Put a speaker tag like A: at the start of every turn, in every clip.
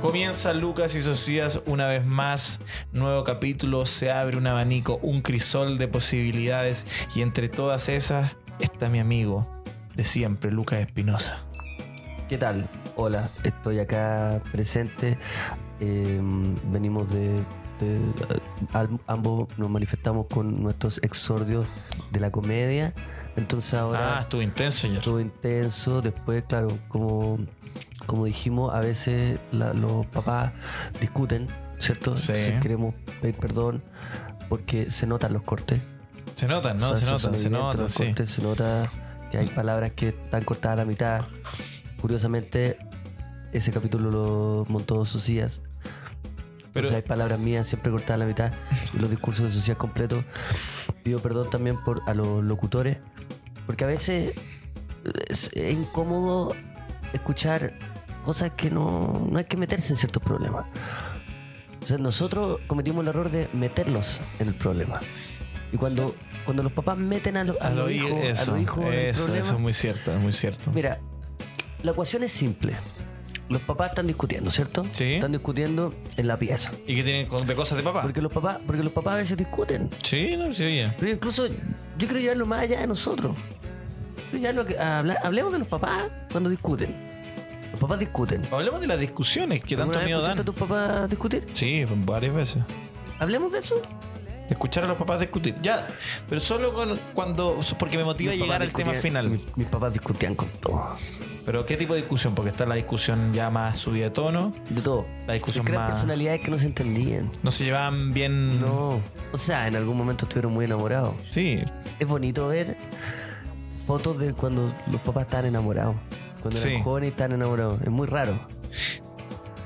A: Comienza Lucas y Socias una vez más, nuevo capítulo, se abre un abanico, un crisol de posibilidades y entre todas esas está mi amigo de siempre, Lucas Espinosa.
B: ¿Qué tal? Hola, estoy acá presente. Eh, venimos de, de- al- ambos nos manifestamos con nuestros exordios de la comedia. Entonces
A: Ah,
B: ahora
A: estuvo intenso ayer.
B: todo intenso. Después, claro, como, como dijimos, a veces la- los papás discuten, ¿cierto?
A: Sí.
B: Entonces queremos pedir perdón porque se notan los cortes.
A: Se notan,
B: O
A: ¿no?
B: sea,
A: Se
B: son
A: notan, se
B: evidentes
A: notan,
B: los
A: sí.
B: cortes, se nota que hay palabras que están cortadas a la mitad. Curiosamente, ese capítulo lo montó Socias.
A: Pero-
B: Pero hay palabras mías siempre cortadas a la mitad. y los discursos de Socias completos. Pido perdón también por a los locutores. Porque a veces es, es incómodo escuchar cosas que no, no hay que meterse en ciertos problemas. O sea, nosotros cometimos el error de meterlos en el problema. Y cuando, cuando los papás meten a, lo- a
A: Al
B: los
A: oír
B: hijos, a
A: eso,
B: los hijos en el
A: eso,
B: problema,
A: eso es muy cierto, es muy cierto.
B: mira, la ecuación es simple. Los papás están discutiendo, ¿cierto?
A: Sí. Ah.
B: Están discutiendo en la pieza.
A: ¿Y qué tienen con- de cosas de papá?
B: Porque los papás, porque los papás a veces discuten.
A: Sí, no, sí, oye.
B: Pero incluso yo creo llevarlo más allá de nosotros. Yo ya lo que- a hablar- hablemos de los papás cuando discuten. Los papás discuten.
A: Hablemos de las discusiones que tanto
B: ¿Alguna vez
A: miedo dan.
B: escuchaste a tus papás discutir?
A: Sí, varias veces.
B: Hablemos de eso.
A: Escuchar a los papás discutir. Ya, pero solo con cuando. Porque me motiva a
B: Mis
A: llegar
B: papás
A: al tema
B: discutían-
A: final.
B: mi- mis papás discutían con todo.
A: Pero ¿qué tipo de discusión? Porque está la discusión ya más subida de tono.
B: De todo.
A: La discusión
B: Porque eran
A: más-
B: personalidades que no se entendían.
A: No se llevaban bien.
B: No. O sea, en algún momento estuvieron muy enamorados.
A: Sí,
B: Es bonito ver fotos de cuando los papás estaban enamorados. Cuando
A: Sí.
B: eran jóvenes y estaban enamorados. Es muy raro.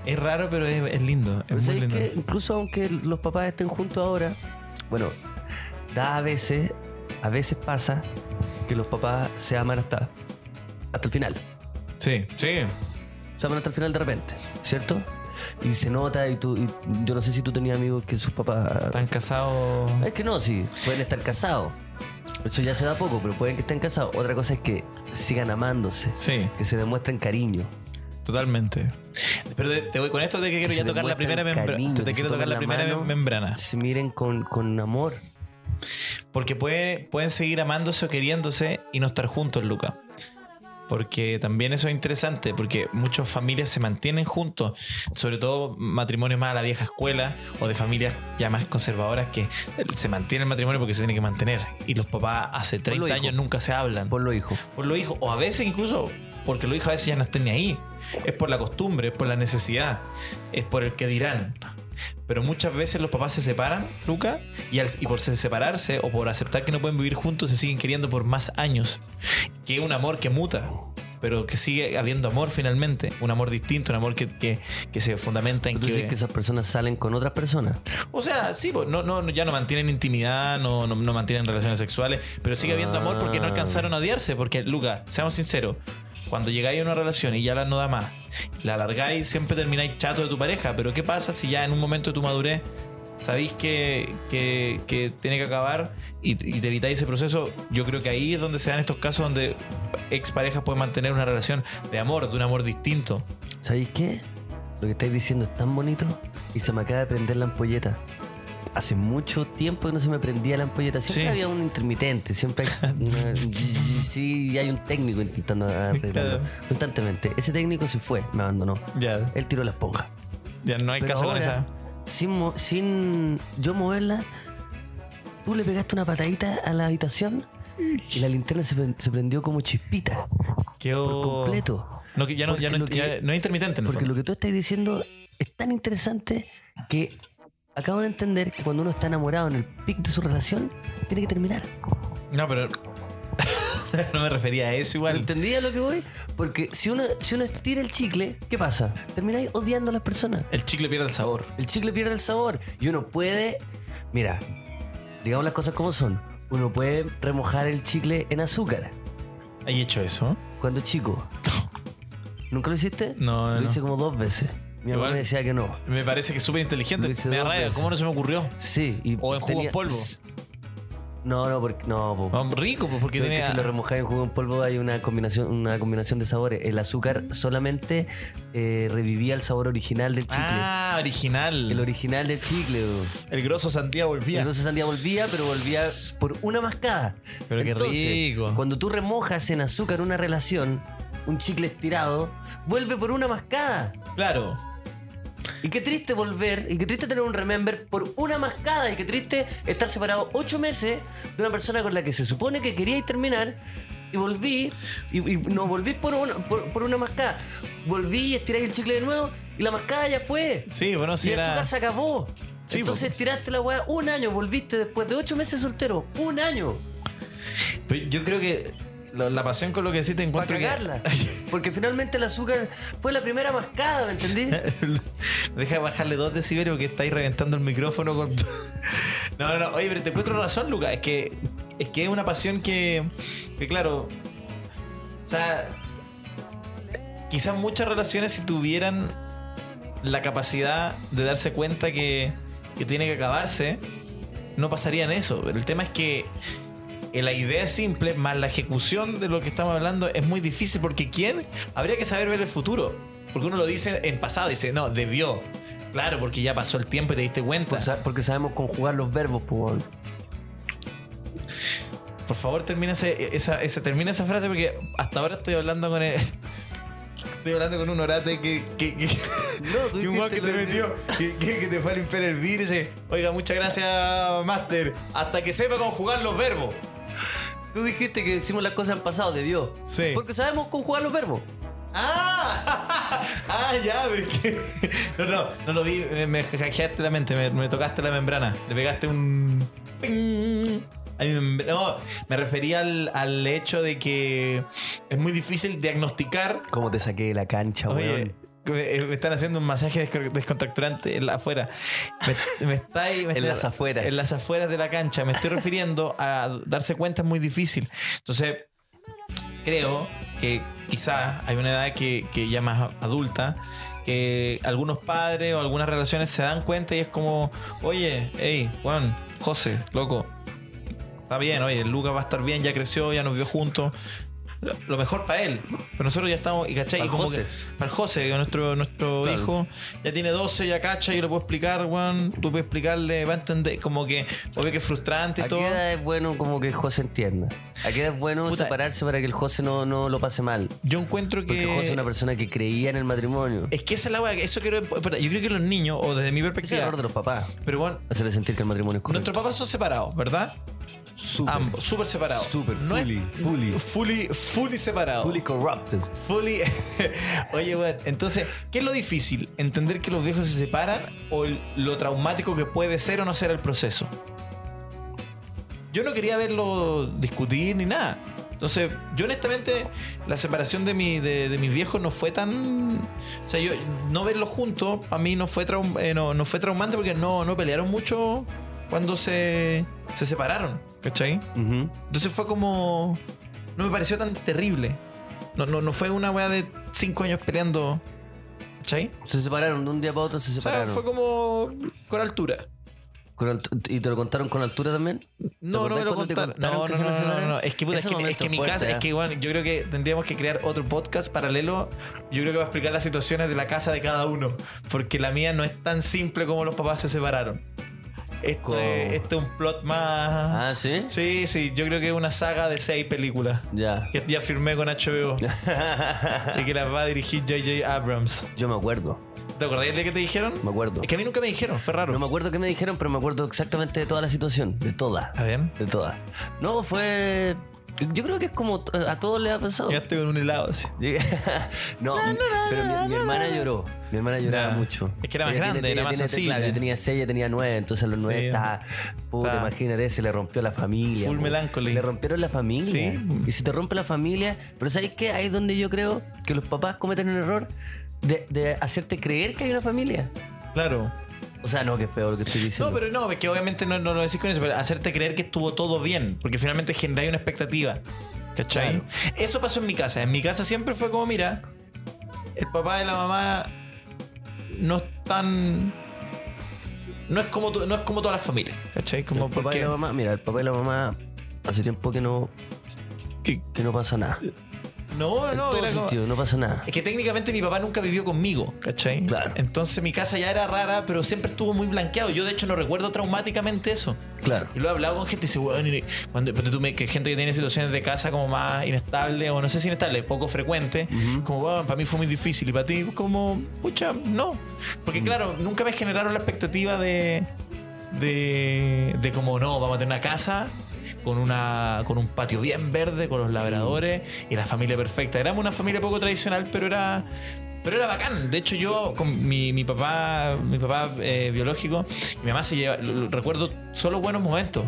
A: es raro, pero es, es lindo. Es
B: Pero
A: muy
B: ¿sabes
A: lindo.
B: qué? incluso aunque los papás estén juntos ahora, bueno, da a veces, a veces pasa que los papás se aman hasta, hasta el final.
A: Sí, sí.
B: se aman hasta el final de repente, ¿cierto? Y se nota, y tú, y yo no sé si tú tenías amigos que sus papás.
A: Están casados.
B: Es que no, sí, pueden estar casados. Eso ya se da poco, pero pueden que estén casados. Otra cosa es que sigan amándose,
A: Sí,
B: que se demuestren cariño.
A: totalmente. Pero te, te voy con esto de que quiero
B: se
A: ya tocar la primera
B: demuestren cariño,
A: membrana. Te,
B: que se
A: quiero tocar
B: tomen
A: la
B: la
A: primera
B: mano.
A: mem- membrana.
B: Se miren con, con amor.
A: Porque puede- pueden seguir amándose o queriéndose y no estar juntos, Luca. Porque también eso es interesante, porque muchas familias se mantienen juntos, sobre todo matrimonios más a la vieja escuela o de familias ya más conservadoras que se mantiene el matrimonio porque se tiene que mantener. Y los papás hace
B: Por los
A: 30 años
B: hijos.
A: nunca se hablan
B: Por los hijos.
A: por los hijos, o a veces incluso porque los hijos a veces ya no estén ni ahí. Es por la costumbre, es por la necesidad, es por el que dirán. Pero muchas veces los papás se separan, Luca, y, al- y por se- separarse o por aceptar que no pueden vivir juntos se siguen queriendo por más años. Que es un amor que muta, pero que sigue habiendo amor finalmente. Un amor distinto, un amor que, que- que se fundamenta en
B: Tú dices que esas personas salen con otras personas.
A: o sea, sí, pues, no, no, no- ya no mantienen intimidad, no, no, no mantienen relaciones sexuales, pero sigue habiendo amor porque no
B: Ah.
A: alcanzaron a odiarse. Porque, Luca, seamos sinceros, cuando llegáis a una relación y ya la no da más, la alargáis, siempre termináis chato de tu pareja. Pero, ¿qué pasa si ya en un momento de tu madurez sabéis que, que- que tiene que acabar y, y te evitáis ese proceso? Yo creo que ahí es donde se dan estos casos donde ex parejas pueden mantener una relación de amor, de un amor distinto.
B: ¿Sabéis qué? Lo que estáis diciendo es tan bonito y se me acaba de prender la ampolleta. Hace mucho tiempo que no se me prendía la ampolleta. Siempre
A: Sí.
B: había un intermitente, siempre hay, una- sí, y hay un técnico intentando arreglarlo
A: Claro.
B: constantemente. Ese técnico se fue, me abandonó.
A: Ya,
B: Él tiró la esponja.
A: ya no hay
B: Pero
A: caso con
B: ahora,
A: esa.
B: Sin, mo- sin yo moverla, tú le pegaste una patadita a la habitación y la linterna se, pre- se prendió como chispita.
A: Quedó-
B: Por completo.
A: No, que ya no, ya
B: Porque
A: no,
B: lo que-
A: ya no es intermitente. en el
B: Porque
A: fondo.
B: lo que tú estás diciendo es tan interesante que acabo de entender que cuando uno está enamorado en el pic de su relación, tiene que terminar.
A: No, pero. no me refería a eso igual.
B: ¿Entendía lo que voy? Porque si uno, si uno estira el chicle, ¿qué pasa? Termináis odiando a las personas.
A: El chicle pierde el sabor.
B: El chicle pierde el sabor y uno puede... Mira, digamos las cosas como son. Uno puede remojar el chicle en azúcar
A: ¿Hay hecho eso?
B: cuando chico. ¿Nunca lo hiciste?
A: No,
B: Lo
A: no.
B: hice como dos veces. Mi mamá
A: Igual.
B: me decía que no.
A: Me parece que es súper inteligente.
B: Lo hice
A: Me da
B: dos
A: rabia,
B: veces.
A: ¿cómo no se me ocurrió?
B: Sí. Y
A: O en jugo en polvo.
B: No, no, porque, no, po.
A: Ah, Rico, pues, porque
B: Sino que
A: tiene.
B: si lo remojáis en jugo en polvo hay una combinación, una combinación de sabores. El azúcar solamente eh, revivía el sabor original del chicle.
A: ah, original.
B: El
A: El,
B: original del chicle, bro.
A: grosso Santiago volvía.
B: Entonces Sandía volvía, pero volvía por una mascada.
A: Pero qué
B: Entonces,
A: rico.
B: Cuando tú remojas en azúcar una relación, un chicle estirado, vuelve por una mascada.
A: Claro.
B: Y qué triste volver, y qué triste tener un remember por una mascada, y qué triste estar separado ocho meses de una persona con la que se supone que queríais terminar, y volví, y, y no volví por una, por, por una mascada. Volví y estiráis el chicle de nuevo, y la mascada ya fue.
A: Sí, bueno,
B: y
A: sí
B: el
A: era.
B: azúcar se acabó.
A: Sí,
B: Entonces tiraste la weá un año, volviste después de ocho meses soltero, un año,
A: Pero yo creo que lo- la pasión con lo que sí te
B: para
A: encuentro. que-
B: cagarla. Porque finalmente el azúcar fue la primera mascada, ¿me entendí?
A: Deja de bajarle dos decibelios porque estáis reventando el micrófono con. tu- no, no, no. Oye, pero te encuentro razón, Lucas. Es que es que es una pasión que, que claro. O sea, quizás muchas relaciones si tuvieran la capacidad de darse cuenta que, que tiene que acabarse, no pasarían eso. Pero el tema es que eh, la idea es simple, más la ejecución de lo que estamos hablando es muy difícil porque ¿quién? Habría que saber ver el futuro. Porque uno lo dice en pasado, dice, no, debió. Claro, porque ya pasó el tiempo y te diste cuenta.
B: Por sa- porque sabemos conjugar los verbos, pues. weón.
A: Por favor, termina, ese- esa, esa- termina esa frase porque hasta ahora estoy hablando con el- Estoy hablando con un orate que, que, que,
B: No, tú
A: que un guau que
B: dijiste
A: te
B: lo que-
A: metió, que, que- que te fue a limpiar el vidrio y dice, oiga, muchas gracias, Master, hasta que sepa conjugar los verbos.
B: Tú dijiste que decimos las cosas en pasado, debió.
A: Sí.
B: Porque sabemos conjugar los verbos.
A: ¡Ah! ¡Ah, ya! pero es que- No, no, no lo vi, me, me hackeaste la mente, me, me tocaste la membrana, le pegaste un... ¡Ping! A mi membra- No, me refería al, al hecho de que es muy difícil diagnosticar
B: ¿Cómo te saqué de la cancha,
A: Oye,
B: weón?
A: me, eh, me están haciendo un masaje desco- descontracturante en la afuera. Me, me está ahí- me
B: En
A: está-
B: las afueras.
A: En las afueras de la cancha. Me estoy refiriendo a darse cuenta es muy difícil. Entonces, creo que quizás hay una edad que, que ya más adulta que algunos padres o algunas relaciones se dan cuenta y es como, oye, hey, Juan, José, loco, está bien, oye, Lucas va a estar bien, ya creció, ya nos vio juntos. Lo- Lo mejor para él, pero nosotros ya estamos, y cachai,
B: Pa'l
A: y como
B: José.
A: que para el José, que es nuestro, nuestro
B: Claro.
A: hijo, ya tiene 12, ya cacha, yo le puedo explicar, Juan, tú puedes explicarle, va a entender, como que, obvio que es frustrante y
B: ¿A
A: todo.
B: qué edad es bueno como que el José entienda? ¿A qué edad es bueno
A: Puta.
B: separarse para que el José no, no lo pase mal?
A: Yo encuentro
B: Porque
A: que.
B: José es una persona que creía en el matrimonio.
A: Es que esa es la weá, eso quiero. espera, Yo creo que los niños, o desde mi
B: Es el
A: perspectiva.
B: error de los papás.
A: Pero bueno,
B: Hacerle sentir que el matrimonio es correcto.
A: nuestros papás son separados, ¿verdad?
B: Super,
A: Ambos, súper separados.
B: Súper,
A: es-
B: fully, fully.
A: fully, fully separados.
B: fully corrupted.
A: Fully. Oye, weón, entonces, ¿qué es lo difícil? ¿Entender que los viejos se separan o el- lo traumático que puede ser o no ser el proceso? Yo no quería verlo discutir ni nada. Entonces, yo honestamente, la separación de, mi, de, de mis viejos no fue tan. O sea, yo no verlos juntos, a mí no fue, traum- eh, no, no fue traumante porque no, no pelearon mucho cuando se, se separaron. ¿Cachai?
B: Ujú.
A: Entonces fue como. No me pareció tan terrible. No, no, no fue una weá de cinco años peleando. ¿Cachai?
B: Se separaron, de un día para otro se
A: O sea,
B: separaron.
A: fue como. con altura.
B: Con alt- ¿Y te lo contaron con altura también?
A: No, no me lo
B: acordás cuando te
A: contaron.
B: contaron
A: No,
B: que
A: no,
B: se
A: no, no,
B: separaron?
A: no, no. Es que, puta, es
B: Ese
A: que, es
B: momento
A: que mi
B: fuerte,
A: casa,
B: ¿eh?
A: es que, bueno, yo creo que tendríamos que crear otro podcast paralelo. Yo creo que va a explicar las situaciones de la casa de cada uno. Porque la mía no es tan simple como los papás se separaron. Esto,
B: ¿Cómo?
A: es, este es un plot más.
B: Ah, ¿sí?
A: Sí, sí, yo creo que es una saga de seis películas.
B: Ya.
A: Que ya firmé con HBO. y que las va a dirigir J.J. Abrams.
B: Yo me acuerdo,
A: ¿Te acordás de que te dijeron?
B: me acuerdo.
A: Es que a mí nunca me dijeron, fue raro.
B: No me acuerdo qué me dijeron, pero me acuerdo exactamente de toda la situación, de toda,
A: A ver.
B: de toda. No, fue... Yo creo que es como t- a todos les ha pasado.
A: Llegaste con un helado así.
B: Llegué- no, mi- pero mi, mi hermana lloró. Mi hermana lloraba
A: Ya.
B: mucho.
A: Es que era más grande, era más
B: tiene-
A: sensible.
B: claro, yo tenía 6, ella tenía 9, entonces a los 9
A: Sí.
B: estaba. Puta,
A: Está.
B: imagínate, se le rompió la familia.
A: Full
B: po.
A: melancholy.
B: Le rompieron la familia.
A: Sí.
B: Y si te rompe la familia. Pero ¿sabes qué? Ahí es donde yo creo que los papás cometen un error de, de hacerte creer que hay una familia.
A: Claro.
B: O sea, no, qué feo lo que estoy diciendo.
A: No, pero no, es que obviamente no, no lo decís con eso, pero hacerte creer que estuvo todo bien, porque finalmente generáis una expectativa. ¿Cachai?
B: Claro.
A: Eso pasó en mi casa. En mi casa siempre fue como, mira, el papá de la mamá no es tan. No es como, tu- no es como todas las familias, ¿cachai? Como
B: el papá y
A: porque.
B: la mamá, mira, el papá y la mamá hace tiempo que no,
A: que-
B: que no pasa nada.
A: no, no,
B: en
A: no.
B: todo
A: era como-
B: sentido, no pasa nada.
A: Es que técnicamente mi papá nunca vivió conmigo, ¿cachai?
B: Claro.
A: Entonces mi casa ya era rara, pero siempre estuvo muy blanqueado. Yo de hecho no recuerdo traumáticamente eso.
B: Claro.
A: Y lo he hablado con gente y dice, weón, y cuando ponte tú me- que gente que tiene situaciones de casa como más inestable, o no sé si inestable, poco frecuente, como, weón, para mí fue muy difícil y para ti, como, pucha, no. Porque claro, nunca me generaron la expectativa de, de, de como, no, vamos a tener una casa con, una, con un patio bien verde, con los labradores y la familia perfecta. Éramos una familia poco tradicional, pero era... Pero era bacán. De hecho, yo con mi, mi papá, mi papá eh, biológico, mi mamá se lleva. lo- lo- Recuerdo solo buenos momentos.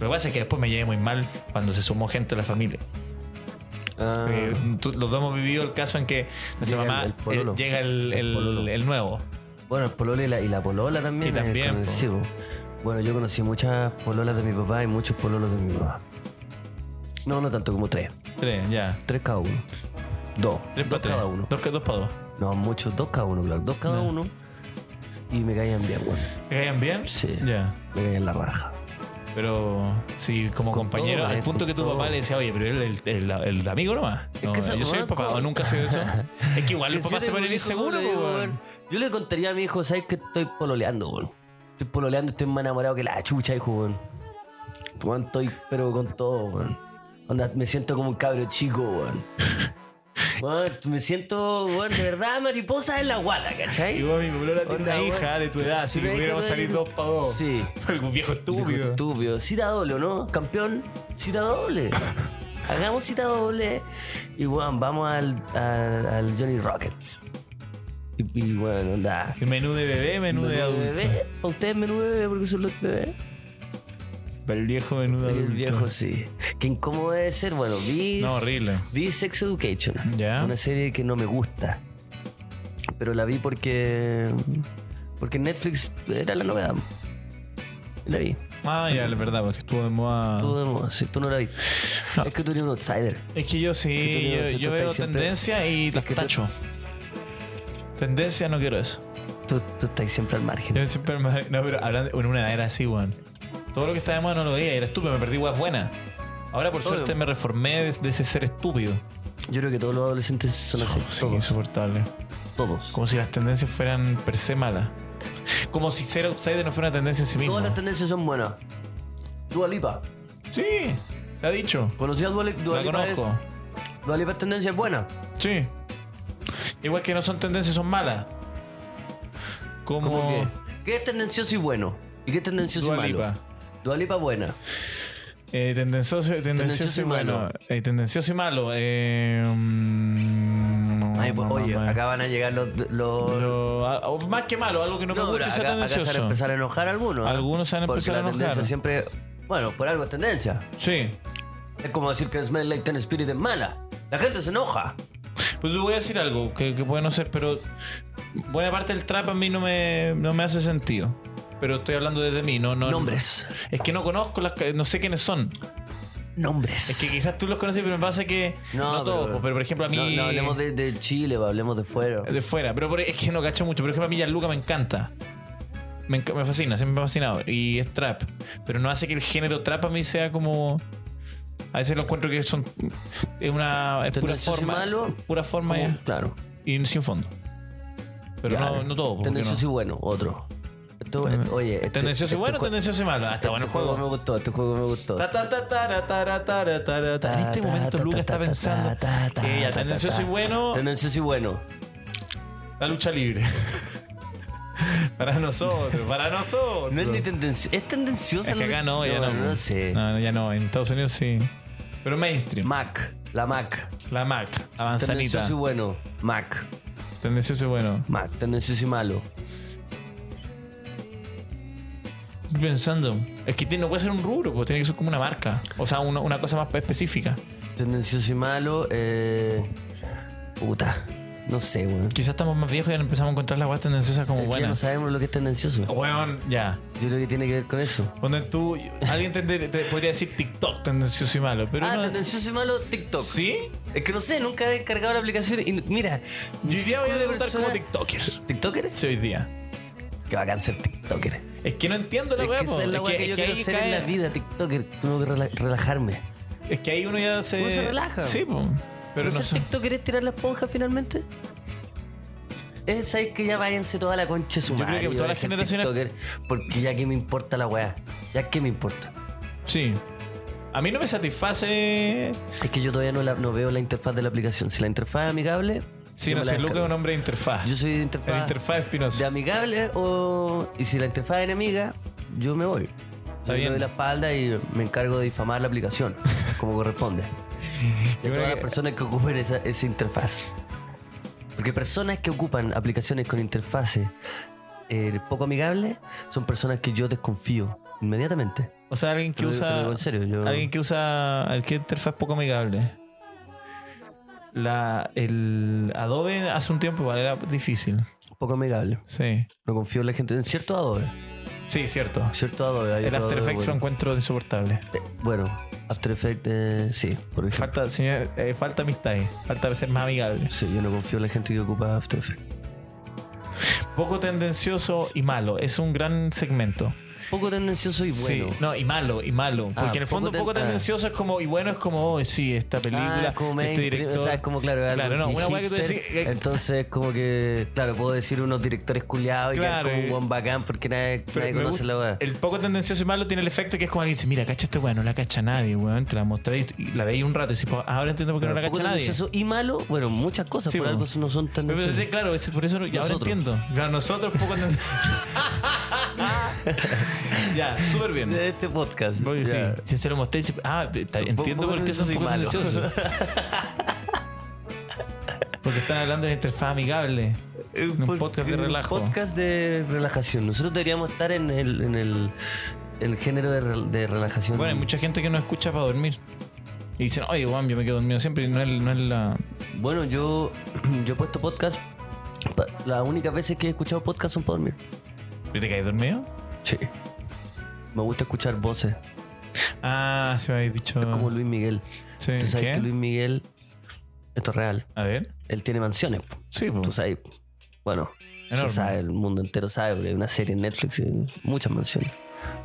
A: Lo que pasa es que después me llevé muy mal cuando se sumó gente a la familia.
B: Ah,
A: Eh, tú- los dos hemos vivido el caso en que nuestra
B: Llega el-
A: mamá
B: el pololo.
A: eh, llega el,
B: El
A: el-
B: pololo.
A: el nuevo.
B: Bueno, el pololo y la, y la polola también.
A: Y
B: eh,
A: también,
B: con el
A: po.
B: cebo. Bueno, yo conocí muchas pololas de mi papá y muchos pololos de mi mamá. No, no tanto como tres.
A: Tres, ya.
B: Tres cada uno. Dos.
A: Tres
B: dos
A: para tres.
B: cada uno.
A: Dos, dos para dos.
B: No, muchos, dos cada uno, claro. Dos cada
A: Ya.
B: uno. Y me caían bien, weón.
A: ¿Te caían bien?
B: Sí.
A: Ya.
B: Me caían la raja.
A: Pero sí, como
B: Con
A: compañero,
B: todo,
A: al
B: eh,
A: punto
B: con
A: que tu
B: todo.
A: papá le decía, oye, pero él el, el, el amigo nomás.
B: Es
A: No,
B: que esa
A: yo soy el
B: weá,
A: papá, o
B: ¿cómo?
A: nunca ha sido eso. Es que igual el
B: Si
A: papá
B: yo
A: se
B: tengo
A: pone
B: un hijo,
A: inseguro,
B: le digo,
A: po, weón.
B: weón, Yo le contaría a mi hijo, ¿sabes que estoy pololeando, weón? Estoy pololeando, estoy más enamorado que la chucha, hijo, weón. Weón, estoy, pero con todo, weón. Onda, me siento como un cabro chico, weón. Weón, me siento, weón, de verdad mariposa en la guata,
A: Y
B: ¿cachai?
A: vos, mi polola tiene
B: Onda,
A: una
B: weón.
A: hija de tu edad, así
B: Una
A: que
B: hija
A: pudiéramos
B: de-
A: salir dos para dos.
B: Sí.
A: Algún viejo
B: Dijo,
A: estúpido.
B: Estúpido. Cita doble, ¿o ¿no? Campeón, cita doble. Hagamos cita doble. Y weón, vamos al, al, al Johnny Rocket. Y, y bueno, nada.
A: Menú de bebé, menú, de adulto.
B: bebé. ¿A ustedes menú de bebé porque son los bebés?
A: Para el viejo, menú de adulto.
B: El viejo sí. Qué incómodo debe ser. Bueno, vi.
A: No, horrible.
B: Vi Sex Education.
A: Ya.
B: Una serie que no me gusta. Pero la vi porque. Porque Netflix era la novedad. Y La vi.
A: Ah, ya, la verdad, porque estuvo de moda.
B: Tú, no- si tú no la viste.
A: Ah.
B: Es que tú eres un outsider.
A: Es que yo sí,
B: que
A: yo,
B: tú- tú
A: yo
B: estás
A: veo
B: siempre-
A: tendencias y las
B: que tú-
A: tacho. Tendencia, no quiero eso.
B: Tú, tú estás siempre al margen.
A: Yo siempre me- No, pero hablando en una era así, weón. Todo lo que estaba de moda no lo veía, era estúpido, me perdí weas buenas. Ahora por
B: Obvio.
A: suerte me reformé de, de ese ser estúpido.
B: Yo creo que todos los adolescentes son así.
A: Sí,
B: todos.
A: insoportable.
B: Todos.
A: Como si las tendencias fueran per se malas. Como si ser outsider no fuera una tendencia en sí mismo.
B: Todas las tendencias son buenas. Dua Lipa.
A: Sí, te ha dicho.
B: Conocí a Dua, Li- Dua
A: la
B: Lipa. es-
A: conozco.
B: Dua Lipa es tendencia es buena.
A: Sí. Igual que no son tendencias, son malas. Como.
B: ¿Cómo qué? ¿Qué es tendencioso y bueno? ¿Y qué es tendencioso
A: Dua
B: y malo?
A: Lipa.
B: Dua Lipa buena.
A: Eh, tendencioso, tendencioso y malo. Eh, tendencioso y malo. Eh, mm,
B: Ay, pues,
A: no,
B: oye,
A: no, no.
B: acá van a llegar los... los-
A: Pero, ah, o más que malo, algo que no,
B: no,
A: me gusta
B: pero
A: es ser
B: acá, acá se van a
A: tendencioso.
B: empezar a enojar algunos. ¿ah?
A: Algunos se van a
B: Porque
A: empezar a
B: la tendencia
A: enojar.
B: siempre... Bueno, por algo es tendencia.
A: Sí.
B: Es como decir que Smell Like Ten Spirit es mala. La gente se enoja.
A: Pues te voy a decir algo que, que puede no ser, pero buena parte del trap a mí no me, no me hace sentido. Pero estoy hablando desde mí, no, no.
B: Nombres.
A: Es que no conozco las. ca- No sé quiénes son.
B: Nombres.
A: Es que quizás tú los conoces, pero me pasa que. No, todos, pues, pero, por ejemplo a mí.
B: No, no hablemos de, de Chile, o hablemos de fuera.
A: De fuera, pero por- es que no cacho mucho. Pero es que a mí Gianluca me encanta. Me, enca- me fascina, siempre me ha fascinado. Y es trap. Pero no hace que el género trap a mí sea como. A veces lo encuentro que son. Es una. Es pura
B: Tendencioso y
A: forma.
B: malo,
A: pura forma
B: Como-
A: y,
B: Claro.
A: y sin fondo. Pero
B: Ya.
A: no, no todo. porque
B: Tendencioso
A: no.
B: y bueno, otro. Esto- esto- oye, este-
A: Tendencioso y
B: este
A: bueno,
B: jue-
A: tendencioso y malo. Ah, está bueno el
B: Este juego me
A: juego.
B: gustó, este juego me gustó.
A: Ta, ta, ta, tara, tara, tara, tara, tara. En este
B: Ta,
A: momento
B: ta,
A: Lucas
B: ta,
A: está
B: ta,
A: pensando.
B: ta, ta,
A: que ya,
B: ta, ta,
A: tendencioso
B: ta.
A: y bueno.
B: Tendencioso y bueno.
A: La lucha libre. para nosotros, para nosotros.
B: No es ni tendencioso. Es tendenciosa.
A: Es que
B: la-
A: acá no, ya no. Ah.
B: No sé.
A: No, no, ya no. En Estados Unidos sí. Pero mainstream.
B: Mac, la Mac.
A: La Mac, la manzanita.
B: Tendencioso y bueno. Mac,
A: Tendencioso y bueno.
B: Mac. Tendencioso y malo.
A: Estoy Pensando. Es que tiene- no puede ser un rubro, pues tiene que ser como una marca. O sea, una, una cosa más específica.
B: Tendencioso y malo. Eh... Puta. No sé, weón.
A: Quizás estamos más viejos y ahora empezamos a encontrar las weas tendenciosas como
B: Es que
A: buenas.
B: no sabemos lo que es tendencioso.
A: Weón, ya.
B: Yo creo que tiene que ver con eso.
A: Cuando tú. Alguien te, te podría decir TikTok tendencioso y malo, pero.
B: ah,
A: no-
B: tendencioso y malo TikTok.
A: ¿Sí?
B: Es que no sé, nunca he descargado la aplicación y mira. mi
A: Yo hoy día voy a
B: círculo de
A: debutar como
B: personas-
A: TikToker.
B: ¿TikToker?
A: Sí, hoy día.
B: Que va a ser TikToker.
A: Es que no entiendo la
B: es
A: wea,
B: que
A: po.
B: esa es la weá que, yo quiero
A: ahí
B: hacer en
A: cae-
B: la vida, TikToker. Tengo que rela- relajarme.
A: Es que ahí uno ya se.
B: Uno se relaja.
A: Sí, po. Pero no
B: ser
A: sé.
B: TikToker es tirar la esponja finalmente? Es ¿sabes que ya váyanse toda la concha de su
A: Yo creo
B: madre.
A: que todas
B: voy a
A: las
B: ser
A: generaciones-
B: TikToker porque ya que me importa la weá. Ya que me importa.
A: Sí. A mí no me satisface.
B: Es que yo todavía no, la- no veo la interfaz de la aplicación. Si la interfaz es amigable.
A: Sí,
B: yo
A: no
B: me
A: sé, Luca
B: la
A: es
B: descargo.
A: un hombre de interfaz.
B: Yo soy de
A: El
B: interfaz.
A: interfaz
B: de
A: espinosa.
B: amigable o y si la interfaz es enemiga yo me voy yo
A: bien.
B: me doy la espalda y me encargo de difamar la aplicación como corresponde de
A: creo
B: todas
A: que-
B: las personas que ocupen esa, esa interfaz porque personas que ocupan aplicaciones con interfaces eh, poco amigables son personas que yo desconfío inmediatamente
A: O sea, alguien que
B: Te lo digo- te lo
A: usa.
B: digo en serio, yo-
A: Alguien que usa. ¿al ¿Qué interfaz poco amigable? La, el Adobe hace un tiempo igual era difícil.
B: poco amigable
A: Sí.
B: no confío en la gente en cierto Adobe
A: Sí, cierto.
B: cierto Adobe hay
A: El
B: otro
A: After
B: Adobe
A: Effects lo
B: bueno.
A: encuentro insoportable.
B: Eh, bueno After Effects eh, sí por ejemplo
A: Falta, señor, eh, falta amistad ahí. Falta ser más amigable.
B: sí yo no confío en la gente que ocupa After Effects
A: Poco tendencioso y malo. Es un gran segmento.
B: poco tendencioso y bueno.
A: Sí, no, y malo, y malo.
B: Ah,
A: Porque en el fondo
B: poco ten-
A: poco
B: ah.
A: tendencioso es como, y bueno, es como, oh, sí, esta película,
B: Ah, es como
A: este
B: mainstream,
A: director.
B: o sea, es como claro, algo
A: Claro, no,
B: que
A: una weá que tú
B: hipster,
A: decís, eh,
B: Entonces, como que, claro, puedo decir unos directores culiados
A: Claro,
B: y quedar como
A: eh.
B: un buen bacán porque nadie,
A: pero
B: nadie
A: me
B: conoce
A: gusta-
B: la weá.
A: El poco tendencioso y malo tiene el efecto que es como alguien dice, mira, cacha este weá, no la cacha nadie, weón. Te la mostré y- y la veí un rato y dices, "Ah, ahora entiendo por qué
B: Pero
A: no la
B: poco
A: cacha nadie.
B: tendencioso y malo, bueno, muchas cosas
A: Sí,
B: por
A: bueno.
B: algo no son
A: Pero, pero, sí,
B: tendenciosas.
A: claro, es por eso ya ahora
B: Nosotros.
A: entiendo. Claro, nosotros poco tendencioso. ya, súper bien.
B: De este podcast.
A: Voy, sí.
B: Ya.
A: Si se lo mostré, dice, ah, está-
B: Un
A: entiendo
B: poco
A: por qué eso es
B: tendencioso,
A: malo.
B: malo.
A: Porque están hablando de interfaz amigable.
B: Eh,
A: Un
B: por-
A: podcast de
B: un
A: relajo.
B: podcast de relajación. Nosotros deberíamos estar en el, en el, el género de, rel- de relajación.
A: Bueno, hay mucha gente que no escucha para dormir. Y dicen, oye, Juan, yo me quedo dormido siempre. Y no es, no es la.
B: Bueno, yo, yo he puesto podcast. pa- Las únicas veces que he escuchado podcast son para dormir.
A: ¿Y ¿Te caes dormido?
B: Sí. Me gusta escuchar voces,
A: Ah, se me habéis dicho.
B: como Luis Miguel.
A: Sí,
B: Tú sabes
A: ¿qué?
B: que Luis Miguel, esto es real,
A: A ver.
B: él tiene mansiones. po.
A: Sí, po.
B: Tú sabes, bueno,
A: Mm. Enorme.
B: se sabe, el mundo entero sabe, porque hay una serie en Netflix, y muchas mansiones.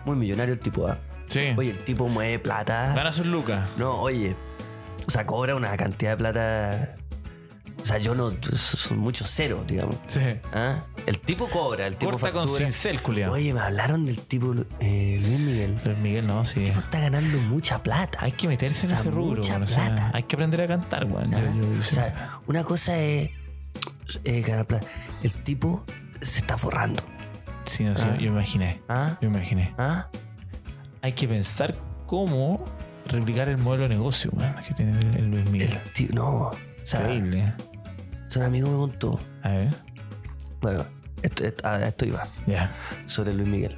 B: Muy millonario el tipo, ¿ah?
A: Sí.
B: Oye, el tipo mueve plata.
A: Gana sus lucas.
B: No, oye, o sea, cobra una cantidad de plata. O sea, yo no, son muchos ceros, digamos.
A: Sí.
B: ¿Ah? El tipo cobra, el tipo
A: Corta con
B: factura.
A: cincel, culiao.
B: Oye, me hablaron del tipo eh, Luis Miguel.
A: Luis Miguel, no, sí.
B: Está ganando mucha plata.
A: Hay que meterse en
B: O sea,
A: ese rubro,
B: mucha
A: weón, o sea,
B: plata.
A: hay que aprender a cantar, weón. Yo-
B: ¿Ah?
A: yo- yo-
B: O sea, una cosa es eh, ganar plata. El tipo se está forrando.
A: sí, no, sí,
B: Ah.
A: yo, yo imaginé.
B: ¿Ah?
A: Yo imaginé.
B: ¿Ah?
A: Hay que pensar cómo replicar el modelo de negocio, weón, que tiene el, el Luis Miguel.
B: El tío, no. O sea,
A: Increíble. ¿eh?
B: un amigo me contó.
A: A ver.
B: Bueno, esto, esto- a esto iba.
A: Ya.
B: Sobre Luis Miguel.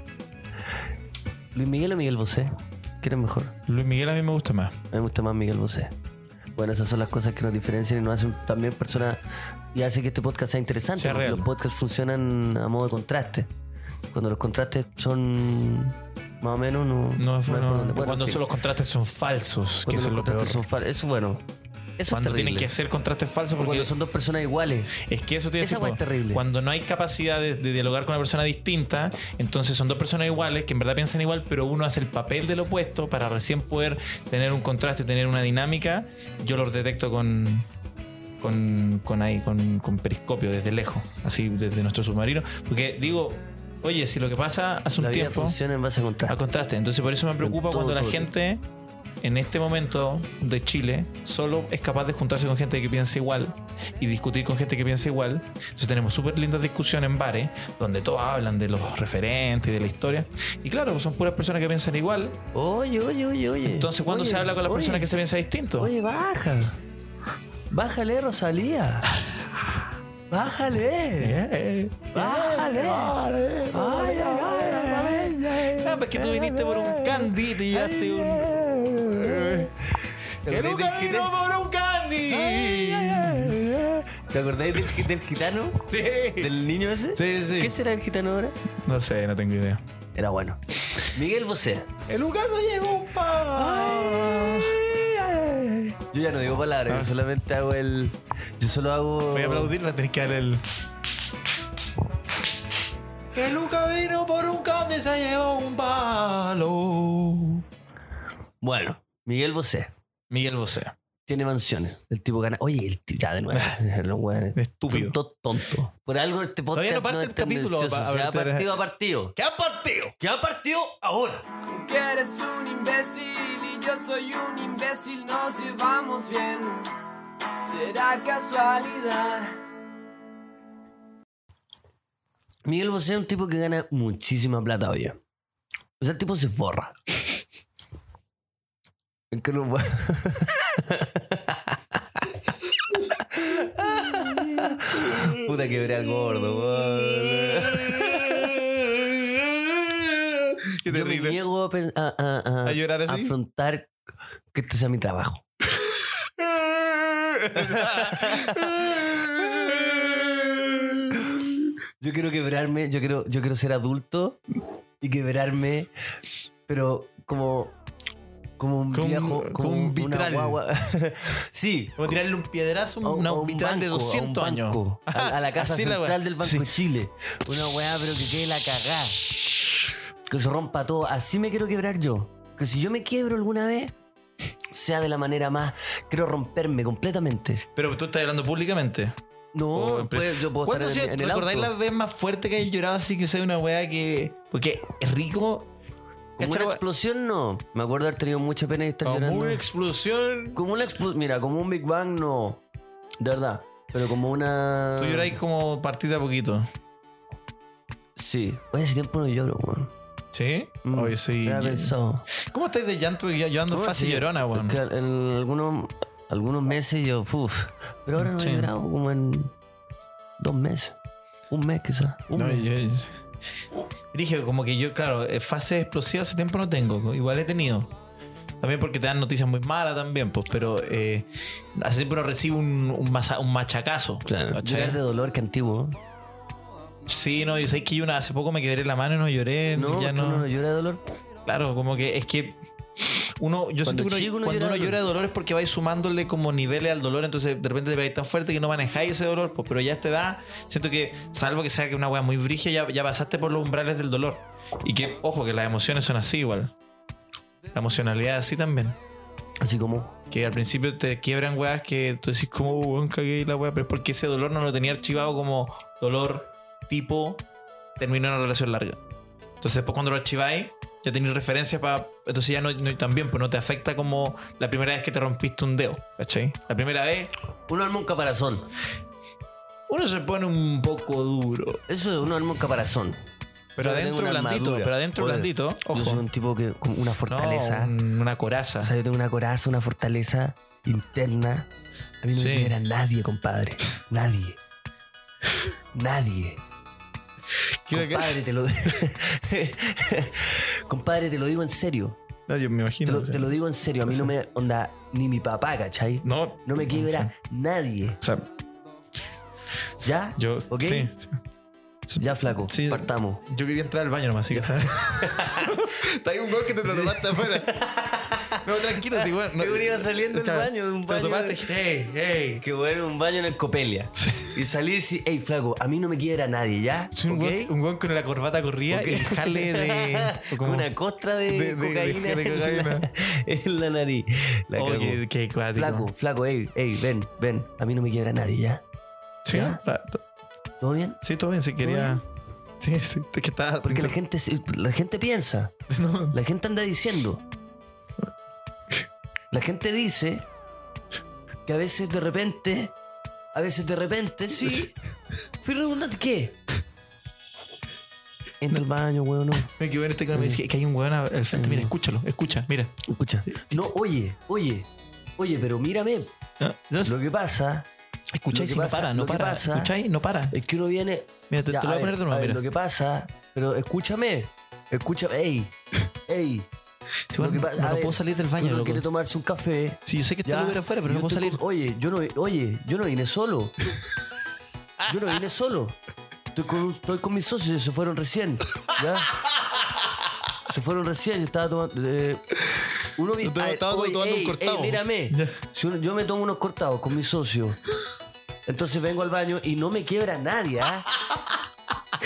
B: ¿Luis Miguel o Miguel Bosé? ¿Quién es mejor?
A: Luis Miguel a mí me gusta más.
B: A mí me gusta más Miguel Bosé. Bueno, esas son las cosas que nos diferencian y nos hacen también personas y hace que este podcast sea interesante.
A: Sea
B: porque
A: real.
B: los podcasts funcionan a modo de contraste. Cuando los contrastes son más o menos, no,
A: No,
B: no
A: es
B: hay por
A: bueno.
B: dónde. Bueno,
A: cuando
B: en fin,
A: son los contrastes son falsos, que
B: cuando
A: eso
B: los
A: es lo peor.
B: contrastes son fal- Eso bueno. Eso
A: cuando
B: es
A: tienen
B: terrible.
A: que hacer contrastes falsos,
B: O
A: porque
B: cuando son dos personas iguales.
A: es que eso tiene
B: Esa weá es terrible.
A: Cuando no hay capacidad de, de dialogar con una persona distinta, entonces son dos personas iguales que en verdad piensan igual, pero uno hace el papel del opuesto para recién poder tener un contraste, tener una dinámica. Yo los detecto con. Con, con ahí, con, con periscopio desde lejos, así desde nuestro submarino. Porque digo, oye, si lo que pasa hace un
B: La vida
A: tiempo.
B: funciona en base a
A: a
B: contraste.
A: contraste. Entonces por eso me preocupa
B: Todo,
A: cuando la
B: todo,
A: gente en este momento de Chile solo es capaz de juntarse con gente que piensa igual y discutir con gente que piensa igual. Entonces tenemos súper lindas discusiones en bares donde todos hablan de los referentes y de la historia. Y claro, pues son puras personas que piensan igual.
B: Oye, oye, oye, oye.
A: Entonces cuando
B: Oye,
A: se habla con las
B: oye,
A: personas que se piensa distinto.
B: Oye, baja. Bájale, Rosalía. Bájale.
A: Eh, eh.
B: Bájale.
A: Bájale.
B: Ay, ay, ay, ay,
A: Ah, pues que tú viniste por un candy y te llevaste un... Eh.
B: un.
A: ¡Que nunca vino por un candy!
B: ¿Te acordáis del, del gitano?
A: Sí.
B: ¿Del niño ese?
A: Sí, sí.
B: ¿Qué será el gitano ahora?
A: No sé, no tengo idea.
B: Era bueno. Miguel Bosé.
A: El Lucas llegó un
B: Yo ya no digo palabras,
A: Ah.
B: yo solamente hago el. Yo solo hago.
A: Voy a aplaudirla, tenés que dar el. El Luca vino por un canto y se llevó un palo.
B: Bueno, Miguel Bosé
A: Miguel Bosé.
B: tiene mansiones. El tipo gana. Oye, el tipo. Ya de nuevo. Los weones.
A: Estúpido.
B: Son todos tontos. Por algo este podcast.
A: Todavía no parte el
B: es tendencioso,
A: capítulo, pa-
B: se va
A: ahorita-
B: partido a partido.
A: ¿Qué ha partido?
B: ¿Qué ha partido ahora?
C: Que eres un imbécil y yo soy un imbécil, nos llevamos bien. Será casualidad.
B: Miguel Bosé es un tipo que gana muchísima plata, oye. O sea, el tipo se forra. Es que no puedo. Puta que verá gordo, weón.
A: Qué
B: Yo me
A: terrible.
B: niego a, pen- a- a- a-
A: ¿A llorar así?
B: afrontar que este sea mi trabajo. Yo quiero quebrarme, yo quiero, yo quiero ser adulto y quebrarme, pero como, como un
A: Como un-
B: viejo, como,
A: como un
B: una
A: vitral.
B: guagua. sí,
A: Como tirarle un piedrazo a un,
B: a
A: a un vitral de
B: banco, a un
A: 200 años.
B: banco, A, a la casa
A: Así la
B: central
A: weá.
B: del Banco de
A: Sí.
B: Chile. Una weá, pero que quede la cagá. Que se rompa todo. Así me quiero quebrar yo. Que si yo me quiebro alguna vez, sea de la manera más. Quiero romperme completamente.
A: Pero tú estás hablando públicamente.
B: No,
A: Oh, pero-
B: pues, yo puedo
A: ¿Cuándo
B: estar en,
A: se-
B: en el
A: ¿Recordáis
B: auto.
A: la vez más fuerte que hayas llorado así que sea una weá que. Porque es rico.
B: Como
A: ¿Cachai,
B: una
A: weá?
B: explosión, no. Me acuerdo haber tenido mucha pena y estar
A: Como
B: llorando.
A: una explosión.
B: Como una explosión. Mira, como un Big Bang, no. De verdad. Pero como una.
A: Tú lloráis como partida a poquito.
B: Sí. Oye, hace tiempo no lloro, weón.
A: ¿Sí?
B: Mm,
A: Oye, sí.
B: me había pensado.
A: ¿Cómo estáis de llanto? Porque yo, yo ando
B: No,
A: fácil
B: sí,
A: llorona, weón.
B: es que en algunos, algunos meses yo, uff. Pero ahora no
A: Sí.
B: he llorado como en dos meses. Un mes quizás. Un
A: No,
B: mes.
A: yo- yo- Dije, como que yo, claro, eh, fase explosiva hace tiempo no tengo. Igual he tenido. También porque te dan noticias muy malas también, pues, pero eh, hace tiempo no recibo un, un, masa- un machacazo.
B: Claro,
A: ¿cachai?
B: llorar de dolor que antiguo.
A: Sí, no, yo sé que yo una, hace poco me quebré la mano y no lloré.
B: No,
A: ya
B: tú no, llora de dolor.
A: Claro, como que es que uno, yo
B: Cuando
A: siento que uno-
B: chico uno
A: cuando uno
B: llora de
A: llora de dolor es porque vais sumándole como niveles al dolor, entonces de repente te vais tan fuerte que no manejáis ese dolor, pues, pero ya a esta edad, siento que, salvo que sea que una wea muy brigia, ya, ya pasaste por los umbrales del dolor. Y que, ojo, que las emociones son así igual. La emocionalidad es así también.
B: Así como.
A: Que al principio te quiebran weas que tú decís, como, "Uh, weón, cagué la wea, pero es porque ese dolor no lo tenía archivado como dolor tipo terminó en una relación larga. Entonces, después cuando lo archiváis, ya tenéis referencia para. Entonces, ya no, no- también, pues no te afecta como la primera vez que te rompiste un dedo, ¿cachai? La primera vez,
B: Uno arma un caparazón.
A: uno se pone un poco duro,
B: Eso es uno arma un caparazón.
A: pero
B: Yo tengo
A: adentro
B: una
A: blandito,
B: armadura.
A: pero adentro
B: Oye,
A: blandito,
B: Yo soy
A: ojo.
B: un tipo que. Como una
A: No,
B: fortaleza.
A: un- una coraza.
B: O sea, yo tengo una coraza, una fortaleza interna. A mí no
A: Sí.
B: me libera nadie, compadre. Nadie. Nadie.
A: Quiero que-
B: Compadre, te lo Compadre, te lo digo en serio.
A: No, yo me imagino.
B: Te lo,
A: o sea.
B: te lo digo en serio. A mí no me onda ni mi papá, ¿cachai?
A: No,
B: No me quiebra
A: sí.
B: nadie.
A: O sea,
B: ¿Ya?
A: yo.
B: ¿Ok?
A: sí, sí.
B: Ya, flaco.
A: Sí.
B: Partamos.
A: Yo quería entrar al baño nomás, así que. Está ahí un gol que te lo tomaste afuera. No, tranquilo, si bueno. No,
B: Yo iba saliendo del
A: Chao.
B: baño, de un
A: Te lo
B: baño.
A: tomaste y dijiste, hey, hey.
B: Que bueno, un baño en el Copelia. Y salí y decir, hey, flaco, a mí no me quiebra nadie, ¿ya?
A: Sí, un,
B: ¿Ok?
A: weón- un weón con la corbata corría
B: Ok.
A: y jale de. o como-
B: una costra de,
A: de- de-
B: cocaína,
A: de- de
B: En,
A: cocaína.
B: la, en la nariz. La
A: Oye,
B: cago.
A: Oh, qué cuático.
B: flaco, flaco, ey, ey, ven, ven. A mí no me quiebra nadie, ¿ya?
A: Sí,
B: ¿Ya?
A: está- está-
B: ¿Todo bien?
A: sí, todo bien, si quería. Sí, sí, es que estaba.
B: Porque la gente, se- la gente piensa,
A: No,
B: la gente anda diciendo. La gente dice que a veces de repente, a veces de repente, sí. Fui redundante, ¿qué? Entra al baño, weón, no.
A: me quedé en este canal. Me dice que hay un weón al frente.
B: Mm.
A: Mira, escúchalo, escucha, mira.
B: Escucha. No, oye, oye, oye, pero mírame.
A: No, no,
B: Ah, Lo que pasa
A: escucháis y
B: lo que
A: no
B: pasa-
A: para, no
B: lo que
A: para.
B: pasa-
A: Escucháis, no para.
B: es que uno viene.
A: Mira, te,
B: Ya,
A: te lo voy a
B: ver,
A: poner de nuevo,
B: ver,
A: mira.
B: Lo que pasa, pero escúchame, escúchame, ey, ey.
A: Sí, que, bueno,
B: Lo pasa-
A: no
B: a ver,
A: puedo salir del baño,
B: uno
A: loco.
B: quiere tomarse un café.
A: Sí, yo sé que está
B: ya,
A: el Uber afuera, pero
B: y
A: no puedo
B: estoy
A: salir.
B: con- oye, yo no, oye, yo no vine solo. Yo no vine solo. Estoy con, un- estoy con mis socios y se fueron recién. ¿Ya? Se fueron recién, yo estaba tomando. eh, uno vi-
A: No te-
B: a ver,
A: estaba tomando un
B: ey, ey,
A: cortado.
B: mírame.
A: Ya.
B: Si uno- yo me tomo unos cortados con mis socios. Entonces vengo al baño y no me quiebra nadie, ¿ah?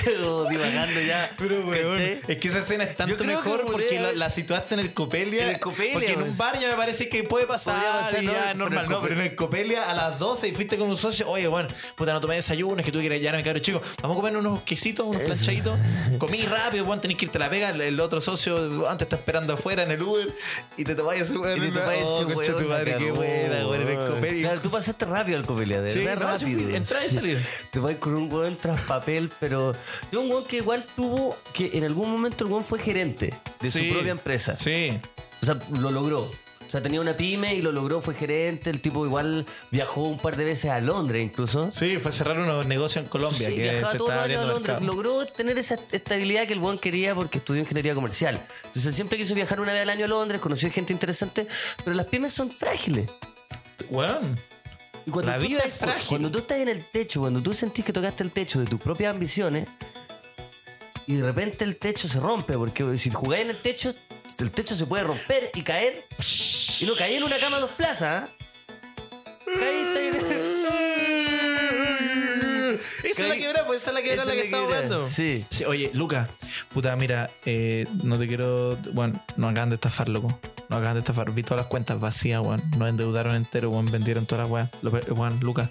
B: Pero divagando ya.
A: Pero, weón,
B: ¿cachai?
A: es que esa escena es tanto
B: Yo creo que
A: mejor
B: podría
A: porque la,
B: haber-
A: la situaste en el Copelia.
B: En el Copelia,
A: Porque en
B: weón.
A: un bar ya me parece que puede pasar,
B: Podría pasar,
A: y
B: ¿no? Pero
A: ya
B: el
A: normal. No, pero en el Copelia a las 12 y fuiste con un socio. Oye, bueno, puta, no tomé desayuno, es que tú quieres ya me cabrón chico. Vamos a comer unos quesitos, unos planchaditos. Comí rápido, weón, tenés que irte a la pega. El, el otro socio antes está esperando afuera en el Uber y te tomáis ese weón.
B: Y te
A: una-
B: tomáis
A: oh,
B: ese
A: concha
B: weón,
A: tu madre,
B: la
A: qué
B: cagó,
A: buena, weón, en el
B: weón.
A: Copelia.
B: Claro, tú pasaste rápido al Copelia, de
A: Sí,
B: verdad,
A: no, sí,
B: rápido.
A: fui- entrar y
B: Sí.
A: salir.
B: Te vas con un weón tras papel, pero. Yo un weón que igual tuvo. que en algún momento el weón fue gerente de
A: Sí,
B: su propia empresa.
A: Sí.
B: O sea, lo logró. O sea, tenía una pyme y lo logró, fue gerente. El tipo igual viajó un par de veces a Londres incluso.
A: Sí, fue a cerrar unos negocios en Colombia
B: Sí,
A: que se
B: viajaba todos
A: estaba
B: los años
A: abriendo
B: a Londres.
A: mercado.
B: Logró tener esa estabilidad que el buen quería porque estudió ingeniería comercial. Entonces él siempre quiso viajar una vez al año a Londres, conoció gente interesante, pero las pymes son frágiles.
A: Weón.
B: Y cuando
A: La
B: tú
A: vida
B: estás-
A: es frágil.
B: Cuando tú estás en el techo, cuando tú sentís que tocaste el techo de tus propias ambiciones y de repente el techo se rompe, porque si jugáis en el techo, el techo se puede romper y caer. Y no caí en una cama a dos plazas. ¿ah? Caí, está
A: Mm.
B: en-
A: Esa es la
B: ¿Cachai?
A: quebrada, pues esa es la quebrada
B: Esa
A: la que
B: es la
A: estamos
B: quebrada,
A: hablando.
B: sí.
A: Oye, Luca, puta, mira, eh, no te quiero. Bueno, nos acaban de estafar, loco. Nos acaban de estafar. Vi todas las cuentas vacías, weón. Nos endeudaron entero, weón. Vendieron todas las weas. Lo pe- Weón, Luca.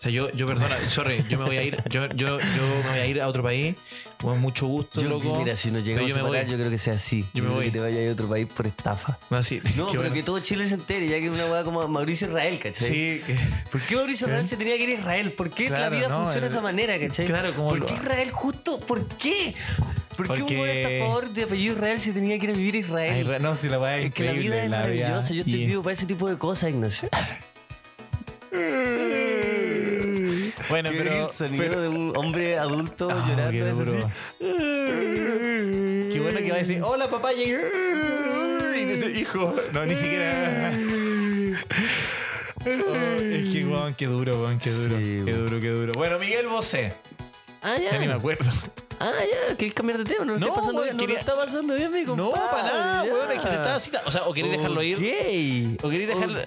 A: O sea, yo, yo perdona, sorry, yo me voy a ir, yo, yo, yo me voy a ir a otro país, con mucho gusto,
B: Yo,
A: loco.
B: mira, si nos
A: pero
B: llegamos
A: yo me
B: a
A: voy.
B: parar, yo creo que sea así.
A: Yo me
B: creo
A: voy.
B: Que te vaya a otro país por estafa.
A: No, sí,
B: No,
A: qué
B: pero
A: bueno.
B: que todo Chile se entere, ya que es una weá como Mauricio Israel, ¿cachai?
A: Sí, que-
B: ¿Por qué Mauricio Israel se tenía que ir a Israel? ¿Por qué la
A: Claro,
B: vida
A: no,
B: funciona
A: el-
B: de esa manera, cachai?
A: claro, como
B: ¿Por
A: lo-
B: qué Israel justo? ¿Por qué? ¿Por qué
A: Porque-
B: un buen estafador de apellido Israel se tenía que ir a vivir a Israel?
A: Ay, re- no, si la wea es
B: Es que la
A: increíble.
B: vida es maravillosa, yo estoy
A: y-
B: vivo para ese tipo de cosas, Ignacio.
A: Bueno, pero,
B: el sonido
A: pero-
B: de un hombre adulto
A: Ah,
B: llorando.
A: qué
B: eso
A: duro.
B: sí.
A: Qué bueno que va a decir, hola papá, llegué. Y dice, hijo. No, ni siquiera. Oh, es que, weón, qué duro, weón, qué duro.
B: Sí,
A: qué
B: weón.
A: duro, qué duro. Bueno, Miguel Bosé.
B: Ah,
A: Ya ni me
B: ya.
A: acuerdo.
B: Ah, ya. ¿Querés cambiar de tema? No, lo
A: No,
B: está pasando
A: weón,
B: bien. No,
A: quería-
B: lo está pasando bien, mi
A: No,
B: compadre,
A: para nada,
B: ya.
A: weón. Es que te estaba citando. O sea, o querés dejarlo ir.
B: Ok.
A: ¿O querés dejarlo-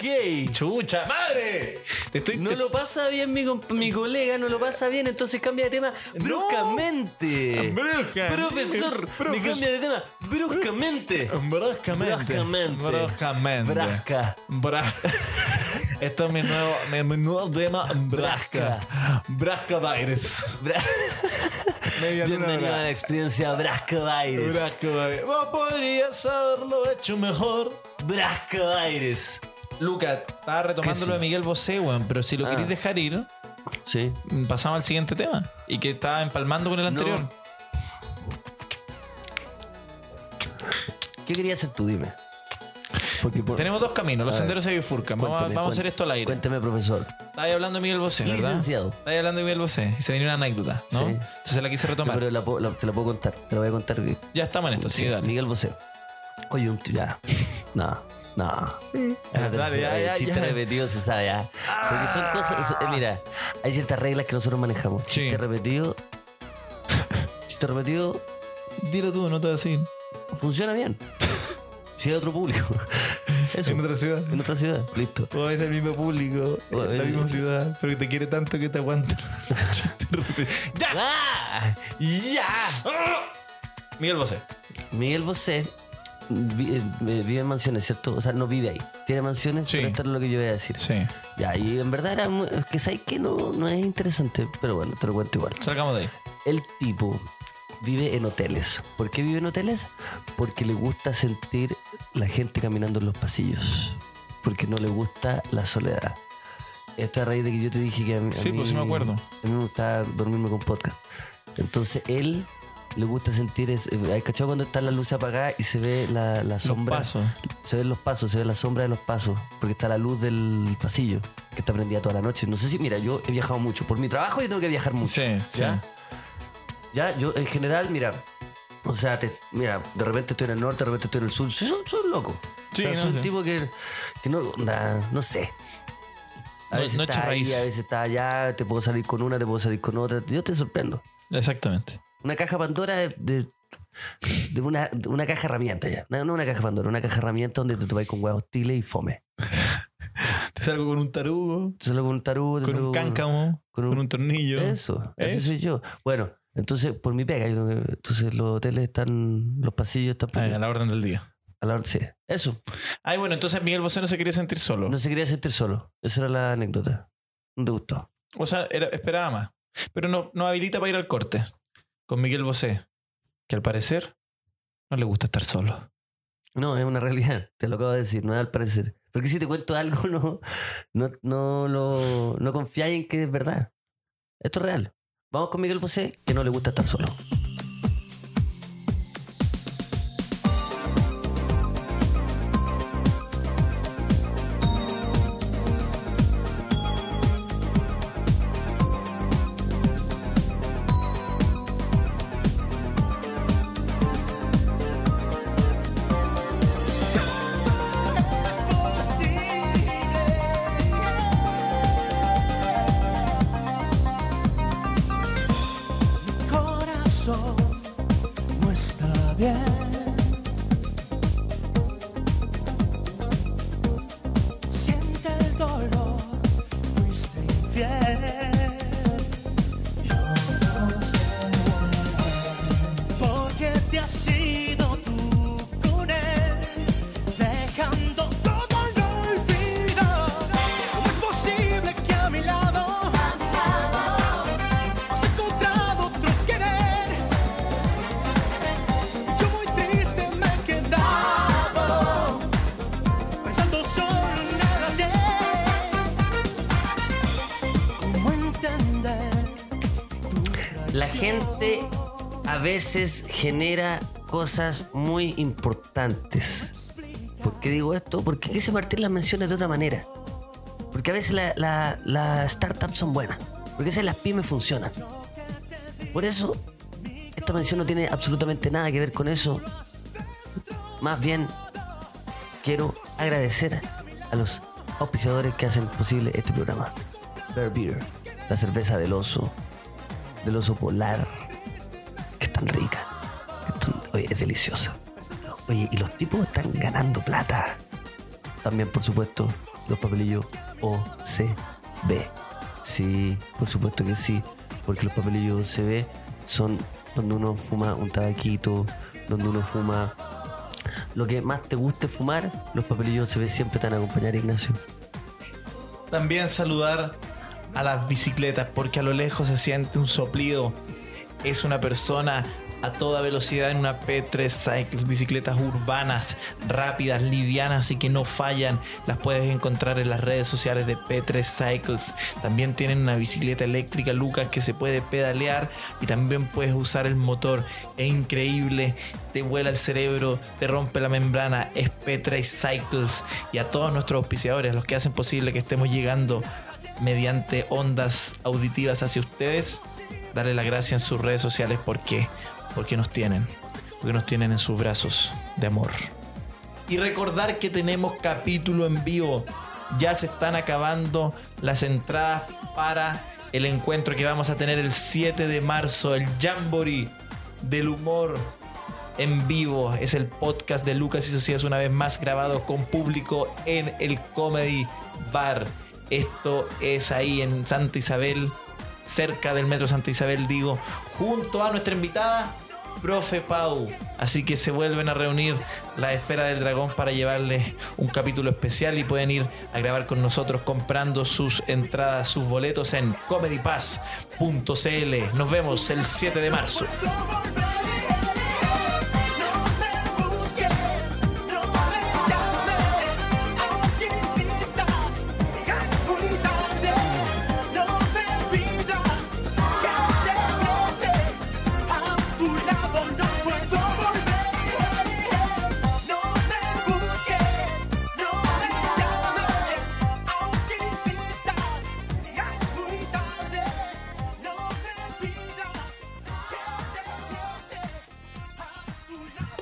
B: Ok.
A: ¡Chucha, madre! Te estoy.
B: No
A: te-
B: lo pasa bien mi, comp- mi colega, no lo pasa bien, entonces cambia de tema
A: No.
B: bruscamente.
A: Bruscamente.
B: Profesor, me
A: Profes-
B: cambia de tema bruscamente.
A: Bruscamente.
B: Bruscamente.
A: Bruscamente.
B: Brasca.
A: Bra- Esto es mi nuevo, mi, mi nuevo tema, Brasca. Brasca Virus.
B: Bra-
A: Media luna
B: Bienvenido a
A: bra-
B: la experiencia Brasca Aires.
A: Brasca Virus. Vos podrías haberlo hecho mejor.
B: Brasca Aires.
A: Luca, estaba retomando
B: Que sí.
A: lo de Miguel Bosé, weón, pero si lo
B: Ah.
A: querís dejar ir, mm,
B: Sí.
A: pasamos al siguiente tema. Y que estaba empalmando con el anterior.
B: ¿Qué querías hacer tú? Dime. Porque por-
A: Tenemos dos caminos, los
B: A ver.
A: senderos se bifurcan. Vamos, a-
B: cuéntame,
A: vamos a hacer
B: cuéntame.
A: esto al aire.
B: Cuéntame, profesor.
A: Estaba ahí hablando de Miguel Bosé, ¿verdad?
B: Licenciado.
A: Estaba ahí hablando de Miguel Bosé. Y se venía una anécdota, ¿no?
B: Sí.
A: Entonces la quise
B: No,
A: retomar.
B: pero la puedo- la- te la puedo contar. Te la voy a contar.
A: Ya estamos en esto, sí,
B: Sí,
A: dale.
B: Eh, Miguel Bosé. Oye, un tío. Ya. No, no.
A: Ah, dale, ya, ya,
B: chiste
A: ya.
B: repetido se sabe, ya. Porque son cosas. so- eh, mira, hay ciertas reglas que nosotros manejamos.
A: Sí.
B: Chiste repetido. Chiste repetido
A: Dilo tú, no te voy a decir.
B: funciona bien. Si hay otro público. Eso.
A: En otra ciudad.
B: En otra ciudad. Listo.
A: O es el mismo público,
B: O
A: en la
B: el-
A: misma ciudad, pero que te quiere tanto que te aguanta. Chiste rápido. ¡Ya!
B: ¡Ah! ¡Ya!
A: Miguel Bosé.
B: Miguel Bosé vi- eh, vive en mansiones, ¿cierto? O sea, no vive ahí. Tiene mansiones,
A: Sí.
B: pero esto es lo que yo voy a decir.
A: Sí.
B: Ya, y en verdad era muy- es que sabes que no, no es interesante, pero bueno, te lo cuento igual.
A: Salgamos de ahí.
B: El tipo vive en hoteles. ¿Por qué vive en hoteles? Porque le gusta sentir la gente caminando en los pasillos. Porque no le gusta la soledad. Esto a raíz de que yo te dije que a mí. a
A: Sí, pues,
B: mí-
A: sí me acuerdo.
B: A mí me gustaba dormirme con podcast. Entonces él le gusta sentir. Es, ¿Hay cachado cuando están las luces apagadas y se ve la, la sombra?
A: pasos.
B: Se ven los pasos, se ve la sombra de los pasos. Porque está la luz del pasillo que está prendida toda la noche. No sé si, mira, yo he viajado mucho. Por mi trabajo yo tengo que viajar mucho.
A: Sí, sí.
B: ¿Ya? Ya, yo en general, mira, O sea, te- mira, de repente estoy en el norte, de repente estoy en el sur. Sí, Son, son locos.
A: Sí,
B: o sea,
A: no
B: son
A: sé.
B: tipo que, que no, onda, no sé. A
A: No-
B: veces
A: no echa
B: está ahí,
A: raíz.
B: a veces está allá, te puedo salir con una, te puedo salir con otra. Yo te sorprendo.
A: Exactamente.
B: Una caja Pandora de, de, de una, de una caja herramienta ya. No, no una caja Pandora, una caja herramienta donde te topáis con huevos hostiles y fome.
A: Te salgo con un tarugo,
B: Te salgo con un tarú, te
A: con
B: salgo
A: un cáncamo,
B: con
A: con
B: un-
A: un, tornillo.
B: Eso, ese
A: Eso.
B: soy yo. Bueno, entonces por mi pega, yo tengo que- entonces los hoteles están, los pasillos están por-
A: Ah, a la orden del día.
B: a la hora- sí. Eso,
A: Ay, bueno, entonces Miguel Bosé no se quería sentir solo.
B: no se quería sentir solo. Esa era la anécdota. No te gustó.
A: O sea, era- esperaba más. Pero no, no habilita para ir al corte con Miguel Bosé, que al parecer no le gusta estar solo.
B: No, es una realidad, te lo acabo de decir, no es al parecer. Porque si te cuento algo, no, no, no, lo, no confiáis en que es verdad. Esto es real. Vamos con Miguel Bosé, que no le gusta estar solo.
D: corazón no está bien. Siente el dolor, fuiste infiel. Yo no sé por qué te has ido tú con él, dejando todo lo olvidado. ¿Cómo es posible que a mi lado? Has encontrado otro querer Yo muy triste me he quedado Pensando solo en el ayer ¿Cómo entender?
B: La gente a veces genera cosas muy importantes. ¿Por qué digo esto? Porque quise partir las menciones de otra manera. Porque a veces la- la- las startups son buenas. Porque a veces las pymes funcionan. Por eso, esta mención no tiene absolutamente nada que ver con eso. Más bien, quiero agradecer a los auspiciadores que hacen posible este programa. Bear Beer, la cerveza del oso, del oso polar, que es tan rica. que es tan- oye, es deliciosa. Oye, y los tipos están ganando plata. También, por supuesto, los papelillos OCB. Sí, por supuesto que sí, porque los papelillos OCB son donde uno fuma un tabaquito, donde uno fuma lo que más te guste fumar, los papelillos OCB siempre te van a acompañar, Ignacio.
A: También saludar a las bicicletas, porque a lo lejos se siente un soplido. Es una persona a toda velocidad en una P3 Cycles, bicicletas urbanas, rápidas, livianas y que no fallan. Las puedes encontrar en las redes sociales de P3 Cycles. También tienen una bicicleta eléctrica, Lucas, que se puede pedalear y también puedes usar el motor. Es increíble, te vuela el cerebro, te rompe la membrana. Es P3 Cycles y a todos nuestros auspiciadores, los que hacen posible que estemos llegando mediante ondas auditivas hacia ustedes. Darle las gracias en sus redes sociales porque, porque nos tienen, porque nos tienen en sus brazos de amor. Y recordar que tenemos capítulo en vivo. Ya se están acabando las entradas para el encuentro que vamos a tener el 7 de marzo, el Jamboree del humor en vivo. Es el podcast de Lucas y Socias una vez más grabado con público en el Comedy Bar. Esto es ahí en Santa Isabel, cerca del Metro Santa Isabel, digo, junto a nuestra invitada, Profe Pau. Así que se vuelven a reunir la Esfera del Dragón para llevarles un capítulo especial y pueden ir a grabar con nosotros comprando sus entradas, sus boletos en comedypass.cl. Nos vemos el 7 de marzo.
D: No me busques, no me llames, aquí sí estás, ya es muy tarde, no me pidas que regrese, a tu lado no puedo volver, no me busques, no me llames, aquí sí estás, ya es muy tarde, no me pidas que regrese.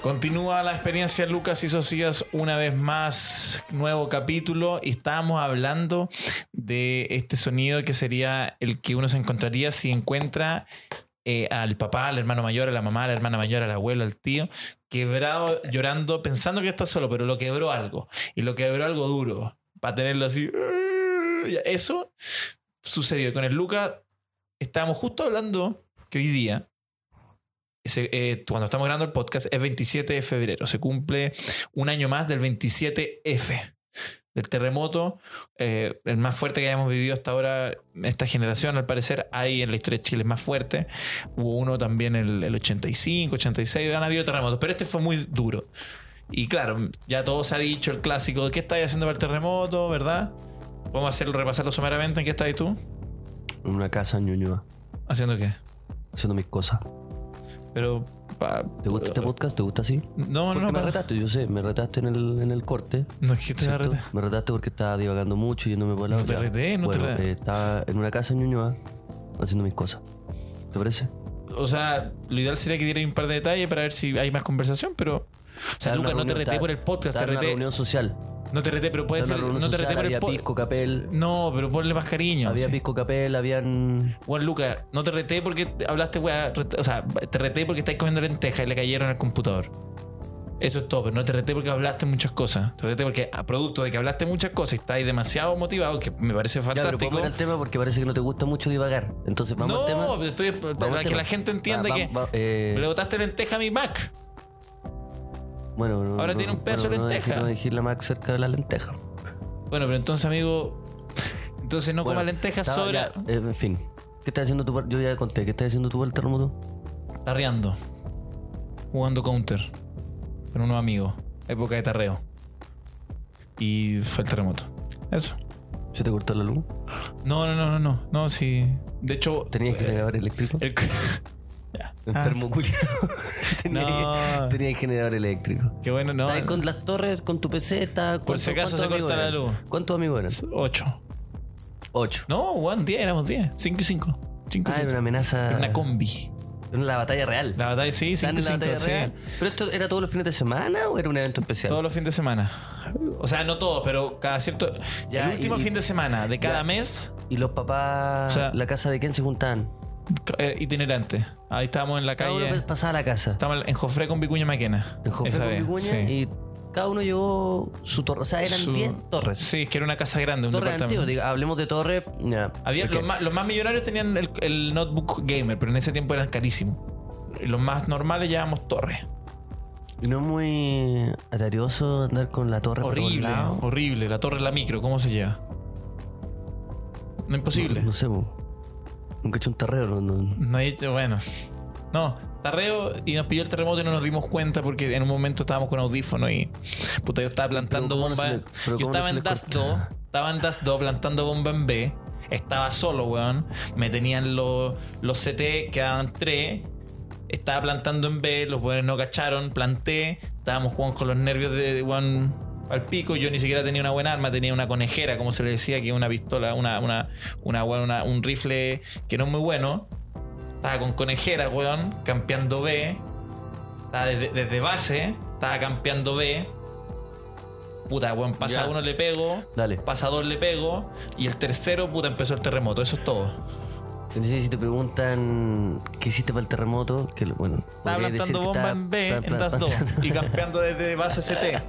A: Continúa la experiencia Lucas y Socias una vez más, nuevo capítulo y estábamos hablando de este sonido que sería el que uno se encontraría si encuentra eh, al papá, al hermano mayor, a la mamá, a la hermana mayor, al abuelo, al tío, quebrado, llorando, pensando que está solo, pero lo quebró algo y lo quebró algo duro para tenerlo así. Ya, Eso sucedió con el Lucas. Estábamos justo hablando que hoy día se- eh, cuando estamos grabando el podcast, es 27 de febrero. Se cumple un año más del 27F, del terremoto, eh, el más fuerte que hayamos vivido hasta ahora, esta generación, al parecer, hay en la historia de Chile el más fuerte. Hubo uno también el, el 85, 86, han habido terremotos, pero este fue muy duro. Y claro, ya todo se ha dicho, el clásico, ¿qué estáis haciendo para el terremoto, verdad? Vamos a hacerlo, repasarlo someramente. ¿En qué estáis tú?
B: En una casa en Ñuñoa,
A: ¿Haciendo qué?
B: haciendo mis cosas.
A: Pero. pa-
B: ¿Te gusta este podcast? ¿Te gusta así?
A: No, no,
B: Porque
A: no.
B: me
A: para-
B: retaste, yo sé, me retaste en el, en el corte.
A: No es que te
B: ¿cierto?
A: arrete.
B: Me retaste porque estaba divagando mucho, yéndome por la
A: No te reté, no te
B: Bueno,
A: re-
B: eh, estaba en una casa en Ñuñoa, haciendo mis cosas. ¿Te parece?
A: O sea, lo ideal sería que diera un par de detalles para ver si hay más conversación, pero. O sea,
B: Estaba en
A: Lucas,
B: una
A: no te
B: reunión,
A: reté
B: estaba-
A: por el podcast, te
B: estaba en una
A: reté.
B: reunión social.
A: No te reté, pero puede
B: Estaba
A: ser.
B: en una reunión
A: No te reté
B: social,
A: por el
B: había
A: podcast.
B: pisco, capel,
A: No, pero ponle más cariño.
B: había
A: sí.
B: pisco, capel, habían...
A: Bueno, Lucas, no te reté porque hablaste, weá. ret- O sea, te reté porque estáis comiendo lentejas y le cayeron al computador. Eso es todo, pero no te reté porque hablaste muchas cosas. Te reté porque, a producto de que hablaste muchas cosas y estáis demasiado motivado, que me parece
B: Ya, pero
A: fantástico.
B: podemos ir al tema porque parece que no te gusta mucho divagar. Entonces vamos al tema.
A: no, pero estoy,
B: al
A: para que
B: tema.
A: la gente entienda
B: Va-
A: que
B: va- va- eh,
A: le botaste lenteja a mi Mac.
B: bueno, no-
A: ahora
B: no-
A: tiene un pedazo de
B: bueno, no dejé-
A: lenteja.
B: No dejé la Mac cerca de la lenteja.
A: Bueno, pero entonces, amigo, entonces no
B: Bueno,
A: coma lentejas
B: estaba
A: sobre.
B: ya, eh, en fin. ¿Qué estás haciendo tú? por- Yo ya conté. ¿Qué estás haciendo tú por el terremoto?
A: Tarreando. Jugando counter. Con unos amigos. Época de tarreo. Y fue el terremoto. Eso.
B: ¿Se te cortó la luz?
A: No, no, no, no, no. No, sí. De hecho. eh,
B: ¿Tenías generador eléctrico?
A: el- Ah.
B: Enfermo culiao. Tenías-
A: No.
B: Tenías generador eléctrico.
A: Qué bueno, no.
B: Estabas con las torres, con tu PC, estabas-
A: Por si
B: ¿cuántos-
A: acaso se
B: cuántos
A: corta
B: amigos
A: la
B: eran?
A: luz.
B: ¿Cuántos amigos eran?
A: 8.
B: Ocho.
A: No, Juan, 10, éramos 10. 5 y 5. 5 y
B: Ah, era
A: 5.
B: una amenaza.
A: Era una combi.
B: Era la batalla real.
A: La batalla, sí, 5
B: Estaban
A: y
B: en la
A: 5.
B: batalla
A: Sí.
B: real. ¿Pero esto era todos los fines de semana o era un evento especial?
A: Todos los fines de semana. O sea, no todos, pero cada cierto.
B: Ya,
A: el último
B: y- y-
A: fin de semana de cada
B: ya.
A: mes
B: ¿Y los papás,
A: O sea-
B: la casa de quién se juntaban?
A: eh, itinerante. Ahí estábamos en la
B: Cada uno
A: calle.
B: pasaba a la casa.
A: Estábamos en Jofre con Vicuña Maquena.
B: En Jofre
A: Esa
B: con
A: vez,
B: Vicuña
A: sí.
B: y cada uno llevó su torre. O sea, eran
A: Su-
B: 10 torres.
A: Sí, es que era una casa grande, un
B: torres
A: departamento.
B: antiguas. diga, Hablemos de torres. ya,
A: Había,
B: ok.
A: los, más, los más millonarios tenían el, el notebook gamer, pero en ese tiempo eran carísimos. Y Los más normales llevábamos torres.
B: Y no es muy atarioso andar con la torre por todos
A: Horrible,
B: lados.
A: horrible. La torre, la micro, ¿cómo se lleva? No imposible.
B: No, no sé, po. nunca he hecho un terreno. no- no.
A: No hay- este, bueno. No, tarreo y nos pilló el terremoto y no nos dimos cuenta porque en un momento estábamos con audífono y puta, yo estaba plantando
B: Pero ¿cómo no
A: bomba.
B: se le- pero
A: yo
B: cómo
A: estaba
B: no se
A: en
B: les
A: Das
B: corta?
A: 2, estaba en Das 2 plantando bomba en B. Estaba solo, weón. Me tenían los, los CT, quedaban 3. Estaba plantando en B, los weones no cacharon, planté. Estábamos jugando con los nervios de, de weón al pico. Yo ni siquiera tenía una buena arma, tenía una conejera, como se le decía, que es una pistola, una, una, una, weón, una- un rifle que no es muy bueno. Estaba con conejera, weón, campeando B. Estaba desde, desde base, estaba campeando B. Puta, weón, pasa
B: Ya.
A: uno le pego,
B: Dale.
A: pasa dos le pego, y el tercero, puta, empezó el terremoto. Eso es todo.
B: Entonces, si te preguntan qué hiciste para el terremoto, que lo- bueno.
A: Estaba
B: podría decir
A: plantando
B: que
A: bomba
B: estaba
A: en B, en
B: plan- plan-
A: DAS 2,
B: plantando-
A: y campeando desde base CT.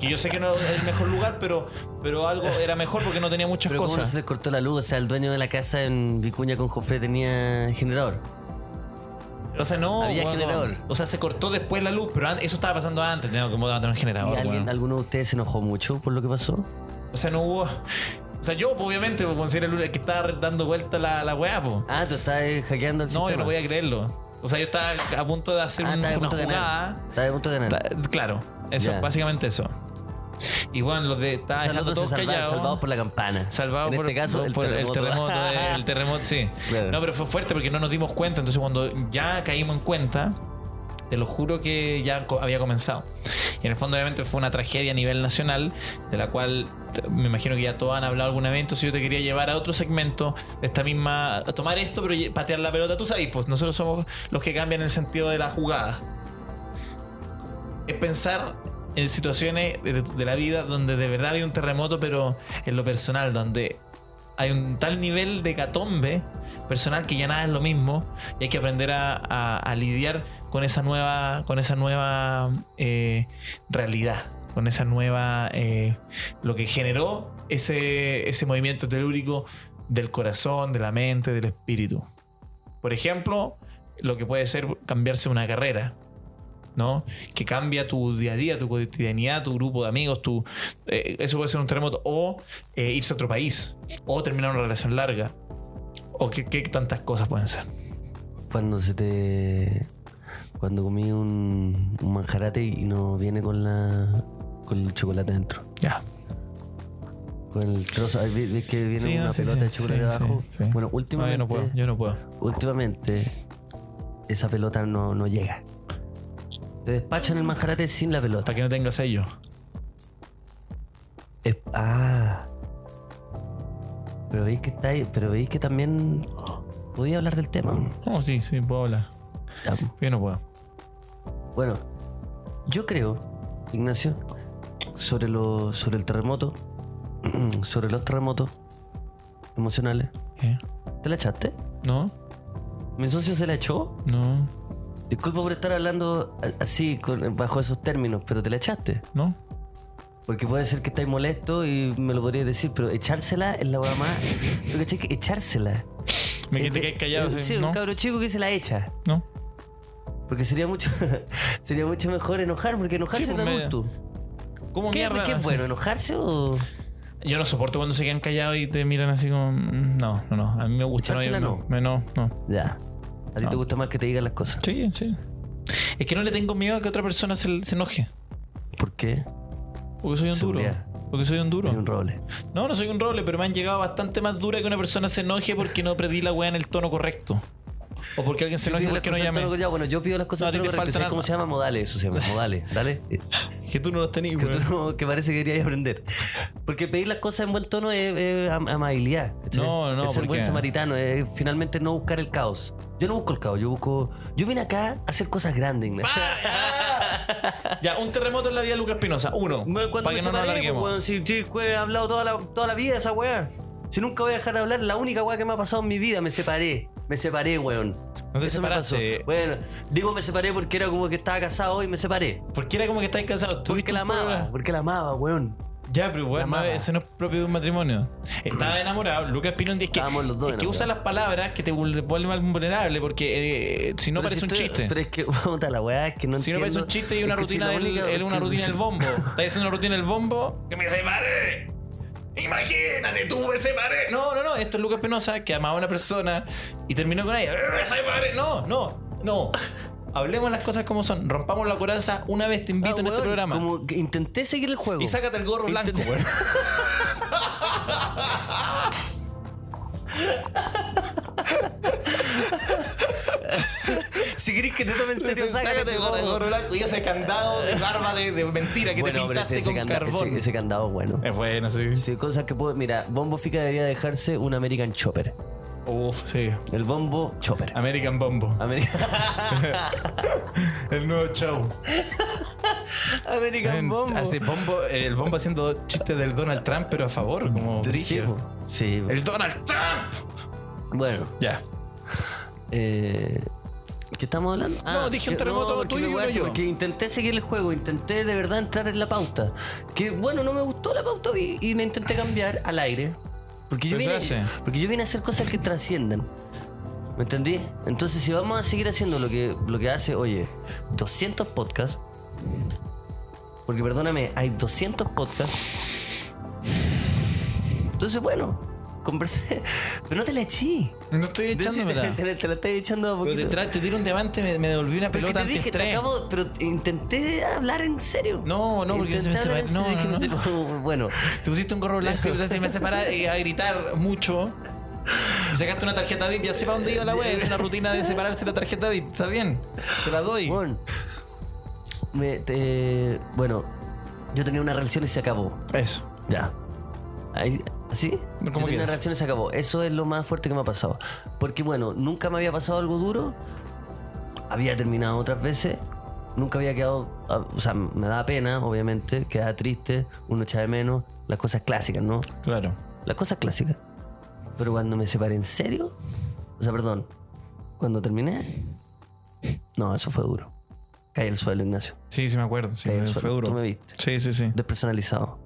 A: Que yo sé que no es el mejor lugar, pero, pero algo era mejor porque no tenía muchas
B: Pero ¿cómo no
A: cosas.
B: se le cortó la luz? O sea, el dueño de la casa en Vicuña con Jofre tenía generador.
A: O sea, no.
B: Había generador.
A: O sea, se cortó después la luz, pero an- eso estaba pasando antes. Tengo que botar un generador.
B: ¿Y alguien,
A: weón.
B: alguno de ustedes se enojó mucho por lo que pasó?
A: O sea, no hubo. O sea, yo, obviamente, pues, considero el único que estaba dando vuelta la, la weá, po.
B: Ah, tú estabas eh, hackeando el
A: No,
B: sistema.
A: yo no podía creerlo. O sea, yo estaba a punto de hacer
B: Ah,
A: un-
B: estabas
A: una
B: a punto de ganar.
A: jugada.
B: Estabas a punto de ganar.
A: Ta- Claro, eso,
B: Ya.
A: básicamente eso. Y bueno, los de. Estaba
B: O sea, los
A: dejando
B: otros se
A: todos
B: salvaron,
A: callados.
B: salvados por la campana.
A: Salvado
B: en
A: por,
B: este caso,
A: por-
B: el
A: por
B: terremoto.
A: de- el terremoto, sí.
B: Claro.
A: No, pero fue fuerte porque no nos dimos cuenta. Entonces, cuando ya caímos en cuenta, te lo juro que ya co- había comenzado. Y en el fondo, obviamente, fue una tragedia a nivel nacional, de la cual t- me imagino que ya todos han hablado alguna vez. Entonces, yo te quería llevar a otro segmento de esta misma. A tomar esto, pero ye- patear la pelota. Tú sabes, pues nosotros somos los que cambian el sentido de la jugada. es pensar en situaciones de, de la vida donde de verdad hay un terremoto, pero en lo personal, donde hay un tal nivel de catombe personal que ya nada es lo mismo y hay que aprender a, a- a lidiar con esa nueva, con esa nueva eh, realidad, con esa nueva, eh, lo que generó ese, ese movimiento telúrico del corazón, de la mente, del espíritu. Por ejemplo, lo que puede ser cambiarse una carrera, ¿no? Que cambia tu día a día, tu cotidianidad, tu grupo de amigos, tu, eh, eso puede ser un terremoto. O eh, irse a otro país, o terminar una relación larga, o qué, qué tantas cosas pueden ser.
B: Cuando se te. Cuando comí un, un manjarate y no viene con la. con el chocolate adentro.
A: Ya.
B: Con el trozo. ahí ¿Ves que viene
A: Sí,
B: una
A: no, sí,
B: pelota
A: sí,
B: de chocolate
A: sí,
B: abajo?
A: sí, sí.
B: Bueno,
A: No,
B: últimamente.
A: yo no puedo, yo no puedo.
B: Últimamente. Esa pelota no, no llega. Te despachan el manjarate sin la pelota.
A: Para que no tenga sello.
B: Es- ah. Pero veis que está ahí- pero veis que también podía hablar del tema.
A: No, sí, sí, puedo hablar.
B: Ya,
A: Yo no puedo.
B: Bueno, yo creo, Ignacio, sobre lo, sobre el terremoto, sobre los terremotos emocionales.
A: ¿Eh?
B: ¿Te la echaste?
A: ¿No?
B: ¿Mi socio se la echó?
A: ¿No?
B: Disculpa por estar hablando a- así, con- bajo esos términos, pero te la echaste.
A: ¿No?
B: Porque puede ser que estáis molesto y me lo podrías decir, pero echársela es la weá más. ¿Tú cachai que echársela?
A: Me quedé
B: Es de-
A: que- callado.
B: es-
A: sí,
B: Sí,
A: ¿no?
B: un cabro chico que se la echa.
A: ¿No?
B: Porque sería mucho, sería mucho mejor enojar, porque enojarse
A: Sí,
B: es
A: pues,
B: de
A: me-
B: adulto.
A: ¿Cómo
B: ¿Qué,
A: mierda?
B: qué es
A: así?
B: bueno, enojarse o.?
A: Yo no soporto cuando se quedan callados y te miran así como. mm, No, no, no. A mí me gusta. yo
B: Echársela no.
A: me- no, no.
B: Ya. A ti
A: No.
B: te gusta más que te digan las cosas.
A: Sí, sí. Es que no le tengo miedo a que otra persona se, se enoje.
B: ¿Por qué?
A: Porque soy un
B: Seguridad.
A: duro. Porque soy un duro.
B: Soy un roble.
A: No, no soy un roble, pero me han llegado bastante más dura que una persona se enoje porque no predí la weá en el tono correcto. O porque alguien se
B: Yo
A: enoje
B: pido las
A: porque no
B: cosas en
A: llame.
B: tono- ya, bueno, yo pido las
A: No,
B: cosas
A: a ti
B: en tono
A: te
B: correcto.
A: faltan
B: ¿Sabes ¿Cómo
A: al-
B: se llama? Modales, eso se llama. Modales. Dale. Eh,
A: Que tú no los tenías,
B: Que, tú
A: weón.
B: no- que parece que querías aprender. Porque pedir las cosas en buen tono es, es am- amabilidad. ¿cachai?
A: No, no,
B: Es ser
A: ¿por
B: buen
A: qué?
B: samaritano. Es finalmente no buscar el caos. Yo no busco el caos. Yo busco. Yo vine acá a hacer cosas grandes. Ignacio.
A: Ya, un terremoto en la vida de Lucas Pinoza. Uno.
B: Bueno, Cuando
A: Para que no
B: me
A: nos
B: separé, pues,
A: alarguemos.
B: weón, si si, weón, he hablado toda la, toda la vida de esa weá. Si nunca voy a dejar de hablar, la única weá que me ha pasado en mi vida, me separé. Me separé, weón.
A: No te
B: Eso me pasó.
A: separaste.
B: Bueno, digo me separé porque era como que estaba casado y me separé.
A: Porque era como que estáis cansados.
B: Porque la amaba, porque la amaba, weón.
A: Ya, pero
B: La
A: weón, no,
B: amaba.
A: eso no es propio de un matrimonio. Estaba enamorado, Lucas Pino es que,
B: Estábamos los dos
A: es que
B: enamorados.
A: usa las palabras que te vul- vuelven más vulnerable, porque eh, si no
B: Pero
A: parece
B: si
A: un
B: estoy-
A: chiste.
B: Pero es que, puta, la weá es que no
A: Si no
B: entiendo.
A: parece un chiste y una
B: Es que si
A: rutina
B: la
A: del,
B: única-
A: el- una
B: que-
A: rutina del bombo. Estás haciendo una rutina del bombo. ¡Que me separé! Imagínate, tú me separé. No, no, no. Esto es Lucas Penosa que amaba a una persona y terminó con ella. ¡Me separé! No, no, no. Hablemos las cosas como son. Rompamos la coraza una vez te invito
B: Ah,
A: en este
B: weón,
A: programa.
B: Como que intenté seguir el juego.
A: Y sácate el gorro blanco,
B: Intenté-
A: weón.
B: Si querés que te tomen en serio, sácate,
A: Sácate el gorro, el
B: weón.
A: gorro blanco y ese candado de barba de, de mentira que
B: Bueno,
A: te
B: pero ese,
A: pintaste
B: ese
A: con
B: candado-
A: carbón.
B: ese- ese candado es bueno.
A: Es bueno, sí.
B: Sí, cosas que puedo. Mira, Bombo Fica debería dejarse un American Chopper.
A: Uf, sí.
B: El Bombo Chopper.
A: American Bombo.
B: Ah. American,
A: El nuevo show.
B: American Bombo.
A: Hace bombo, el bombo haciendo chistes del Donald Trump, pero a favor, como
B: Sí,
A: brillo.
B: po. Sí.
A: ¡El Donald Trump!
B: Bueno,
A: Ya.
B: eh, ¿qué estamos hablando? Ah,
A: No, dije un terremoto
B: porque
A: tuyo y
B: me
A: uno
B: guardo,
A: yo.
B: Porque intenté seguir el juego, intenté de verdad entrar en la pauta. Que bueno, no me gustó la pauta y, y la intenté cambiar al aire. Porque yo,
A: Pero
B: vine,
A: se hace.
B: porque yo vine a hacer cosas que trascienden. ¿Me entendí? Entonces, si vamos a seguir haciendo lo que, lo que hace, oye, 200 podcasts. Porque perdóname, hay 200 podcasts. Entonces, bueno, conversé. Pero no te la eché.
A: No estoy echándomela.
B: Te, te- te la estoy echando a
A: Pero te,
B: poquito.
A: tra- te tiro un diamante, me, me devolví una
B: Pero es que
A: pelota
B: te dije,
A: antes
B: te
A: tres.
B: acabo- pero intenté hablar en serio.
A: No, no, porque
B: Intenté
A: se me
B: hablar en
A: separa-
B: serio,
A: no,
B: dije, no, Bueno,
A: Te pusiste un gorro blanco y empezaste a- me separar y a gritar mucho. Y sacaste una tarjeta VIP, ya sepa dónde iba la wea. Es una rutina de separarse la tarjeta VIP. Está bien, te la doy.
B: bueno. Me- te- bueno, yo tenía una relación y se acabó.
A: Eso.
B: Ya. Ahí- ¿Así?
A: ¿Cómo
B: Yo tenía una
A: quieres?
B: relación y se acabó. Eso es lo más fuerte que me ha pasado. Porque bueno, nunca me había pasado algo duro. Había terminado otras veces. Nunca había quedado, ah, o sea, me daba pena, obviamente, quedaba triste, uno echa de menos, las cosas clásicas, ¿no?
A: Claro.
B: Las cosas clásicas. Pero cuando me separé en serio, o sea, perdón, cuando terminé, no, eso fue duro. Caí al suelo, Ignacio.
A: Sí, sí me acuerdo. Sí,
B: Caí al
A: fue- fue
B: suelo.
A: duro.
B: Tú me viste.
A: Sí, sí, sí.
B: Despersonarizado.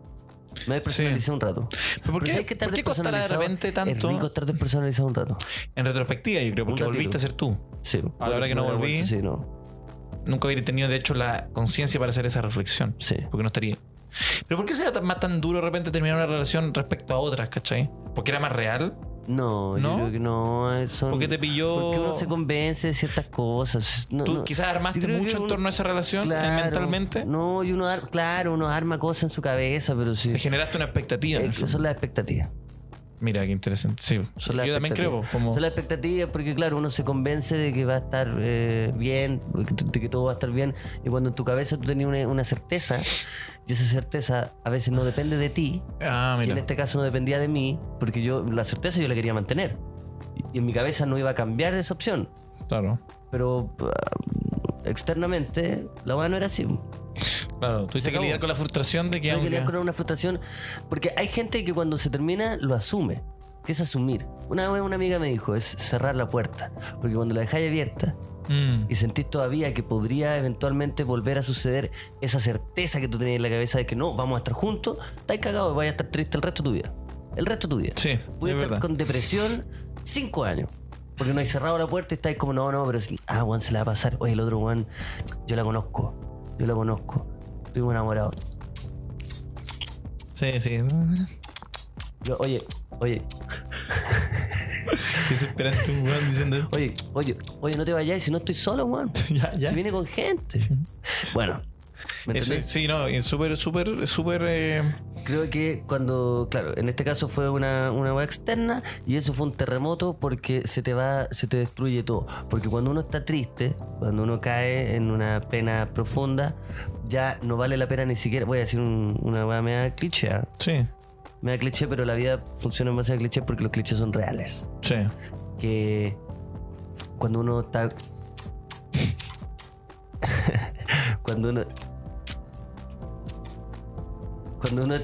B: Me despersonalicé un rato.
A: ¿Pero por qué-
B: ¿sabes estar
A: por qué costará de
B: despersonalizado?
A: repente tanto?
B: Es rico estar despersonalizado un rato.
A: En retrospectiva, yo creo, porque
B: ratito.
A: volviste a ser tú.
B: Sí.
A: A la hora que no
B: Bueno,
A: volví.
B: Sí, no.
A: Nunca hubiera tenido, de hecho, la conciencia para hacer esa reflexión.
B: Sí.
A: Porque no estaría. Pero ¿por qué será tan, más tan duro de repente terminar una relación respecto a otras, cachai? ¿Porque era más real?
B: No,
A: ¿No?
B: yo creo que no. eh, Son,
A: Porque te pilló-
B: Porque uno se convence de ciertas cosas. No,
A: ¿Tú
B: no.
A: quizás
B: Yo
A: armaste
B: creo que
A: mucho en
B: uno-
A: torno a esa relación eh,
B: Claro.
A: mentalmente?
B: No, y uno, ar- claro, uno arma cosas en su cabeza, pero sí.
A: Te generaste una expectativa. en el
B: Eh,
A: fondo.
B: Son las expectativas.
A: Mira, qué interesante. Sí.
B: Son las
A: Yo también creo.
B: expectativas.
A: Como...
B: Son las expectativas porque, claro, uno se convence de que va a estar eh, bien, de que todo va a estar bien. Y cuando en tu cabeza tú tenías una, una certeza, y esa certeza a veces no depende de ti,
A: Ah,
B: y
A: mira.
B: en este caso no dependía de mí, porque yo la certeza yo la quería mantener. Y en mi cabeza no iba a cambiar esa opción.
A: Claro.
B: Pero ah, externamente la hueá no era así.
A: Claro. Tuviste que
B: acabó.
A: lidiar con la frustración de que
B: Tuve que
A: aunque-
B: lidiar con una frustración. Porque hay gente que cuando se termina lo asume. Que es asumir. Una vez una amiga me dijo, es cerrar la puerta. Porque cuando la dejáis abierta
A: Mm.
B: y sentís todavía que podría eventualmente volver a suceder esa certeza que tú tenías en la cabeza de que no, vamos a estar juntos, estás cagado y vas a estar triste el resto de tu vida. El resto de tu vida.
A: Sí,
B: Voy a
A: es
B: estar
A: verdad.
B: con depresión cinco años. Porque no hay cerrado la puerta y estáis como, no, no, pero si- ah, Juan se la va a pasar. Oye, el otro Juan, yo la conozco. Yo la conozco. Estuvimos enamorados.
A: Sí, sí.
B: Yo, oye, oye,
A: Qué Desesperante un weón diciendo.
B: oye, oye, oye, no te vayas si no estoy solo, Juan.
A: Ya, ya.
B: Si viene con gente. Bueno, ¿me
A: Ese-
B: entendés?
A: sí, no, es súper, súper, súper. eh,
B: Creo que cuando, claro, en este caso fue una, una weá externa y eso fue un terremoto porque se te va, se te destruye todo. Porque cuando uno está triste, cuando uno cae en una pena profunda, ya no vale la pena ni siquiera, voy a decir un- una weá media cliché, ¿ah?
A: Sí,
B: media cliché, pero la vida funciona en base a clichés porque los clichés son reales.
A: sí.
B: que cuando uno está cuando uno cuando uno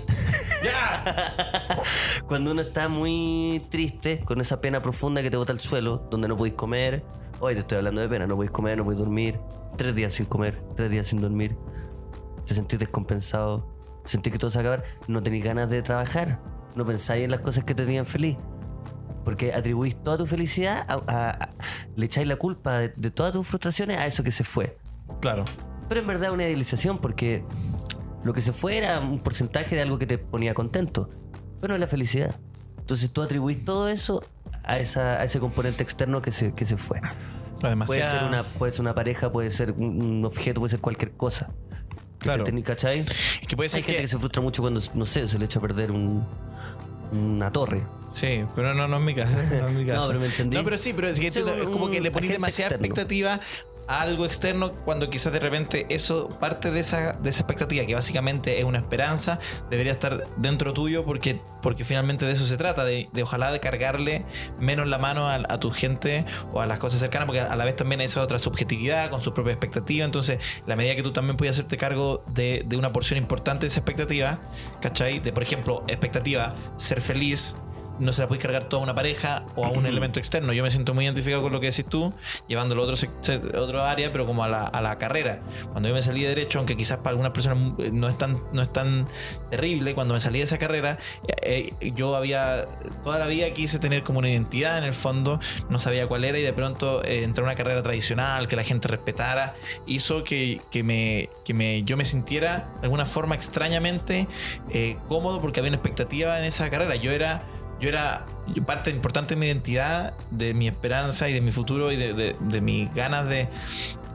B: cuando uno está muy triste con esa pena profunda que te bota al suelo donde no podéis comer hoy te estoy hablando de pena no podéis comer no podéis dormir tres días sin comer tres días sin dormir te sentís descompensado, sentís que todo se va a acabar, no tenéis ganas de trabajar, no pensáis en las cosas que te tenían feliz. Porque atribuís toda tu felicidad, a, a- a- le echáis la culpa de, de todas tus frustraciones a eso que se fue.
A: Claro.
B: Pero en verdad una idealización porque lo que se fue era un porcentaje de algo que te ponía contento, pero no es la felicidad. Entonces tú atribuís todo eso a, esa- a ese componente externo que se, que se fue.
A: Además,
B: Puede ser, una, puede ser una pareja, puede ser un un objeto, puede ser cualquier cosa.
A: Claro.
B: ¿Tení- ¿Cachai?
A: Es que puede
B: Hay
A: ser
B: gente
A: que.
B: que se frustra mucho cuando, no sé, se le echa a perder un- una torre.
A: Sí, pero no, no es mi caso. No, es mi
B: No,
A: caso.
B: pero me entendí.
A: No, pero sí, pero es, que
B: Sí,
A: tú- es como que le
B: un
A: pones
B: agente
A: demasiada
B: externo.
A: expectativa a algo externo cuando quizás de repente eso, parte de esa, de esa expectativa, que básicamente es una esperanza, debería estar dentro tuyo porque, porque finalmente de eso se trata, de, de ojalá de cargarle menos la mano a, a tu gente o a las cosas cercanas, porque a la vez también esa otra subjetividad con su propia expectativa. Entonces, la medida que tú también puedes hacerte cargo de, de una porción importante de esa expectativa, ¿cachai? De, por ejemplo, expectativa, ser feliz, no se la puedes cargar toda a una pareja o a un elemento externo. Yo me siento muy identificado con lo que decís tú, llevándolo a otro, sec- se- otro área, pero como a la, a la carrera. Cuando yo me salí de derecho, aunque quizás para algunas personas eh, no es tan, no es tan terrible, cuando me salí de esa carrera, eh, eh, yo había, toda la vida quise tener como una identidad en el fondo, no sabía cuál era y de pronto eh, entrar a una carrera tradicional, que la gente respetara, hizo que, que me, que me, yo me sintiera de alguna forma extrañamente eh, cómodo porque había una expectativa en esa carrera. Yo era yo era yo- parte importante de mi identidad, de mi esperanza y de mi futuro y de, de- de mis ganas de.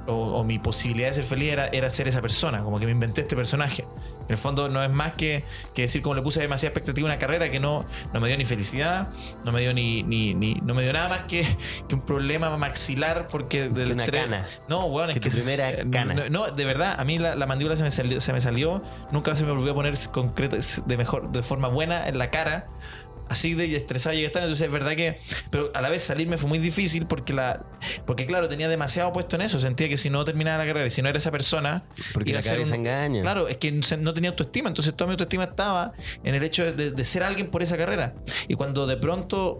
A: O, o mi posibilidad de ser feliz era, era ser esa persona, como que me inventé este personaje. En el fondo no es más que, que decir como le puse demasiada expectativa a una carrera que no, no me dio ni felicidad, no me dio ni, ni, ni- no me dio nada más que, que un problema maxilar porque del
B: una
A: estrés-
B: cana.
A: No, weón, es
B: Que tu primera
A: eh,
B: cana.
A: no- no, de verdad, a mí la, la mandíbula se me, salió, se me salió. Nunca se me volvió a poner concreta, de mejor, de forma buena en la cara. así de estresado llegué tarde. Entonces es verdad que. Pero a la vez salirme fue muy difícil porque la. Porque claro, tenía demasiado puesto en eso. Sentía que si no terminaba la carrera y si no era esa persona.
B: Porque la
A: ser
B: cabeza engaña.
A: Claro, es que se- no tenía autoestima. Entonces toda mi autoestima estaba en el hecho de, de ser alguien por esa carrera. Y cuando de pronto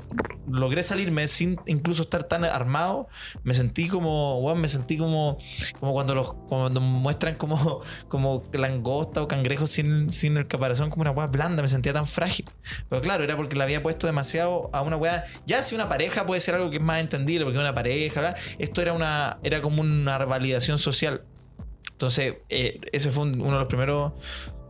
A: logré salirme sin incluso estar tan armado, me sentí como. weón, me sentí como. Como cuando los. Cuando muestran como. Como langosta o cangrejos sin, sin el caparazón, como una weá blanda. Me sentía tan frágil. Pero claro, era porque le había puesto demasiado a una weá. Ya si una pareja puede ser algo que es más entendible, porque es una pareja, ¿verdad? esto era una era como una validación social. Entonces, eh, ese fue un- uno de los primeros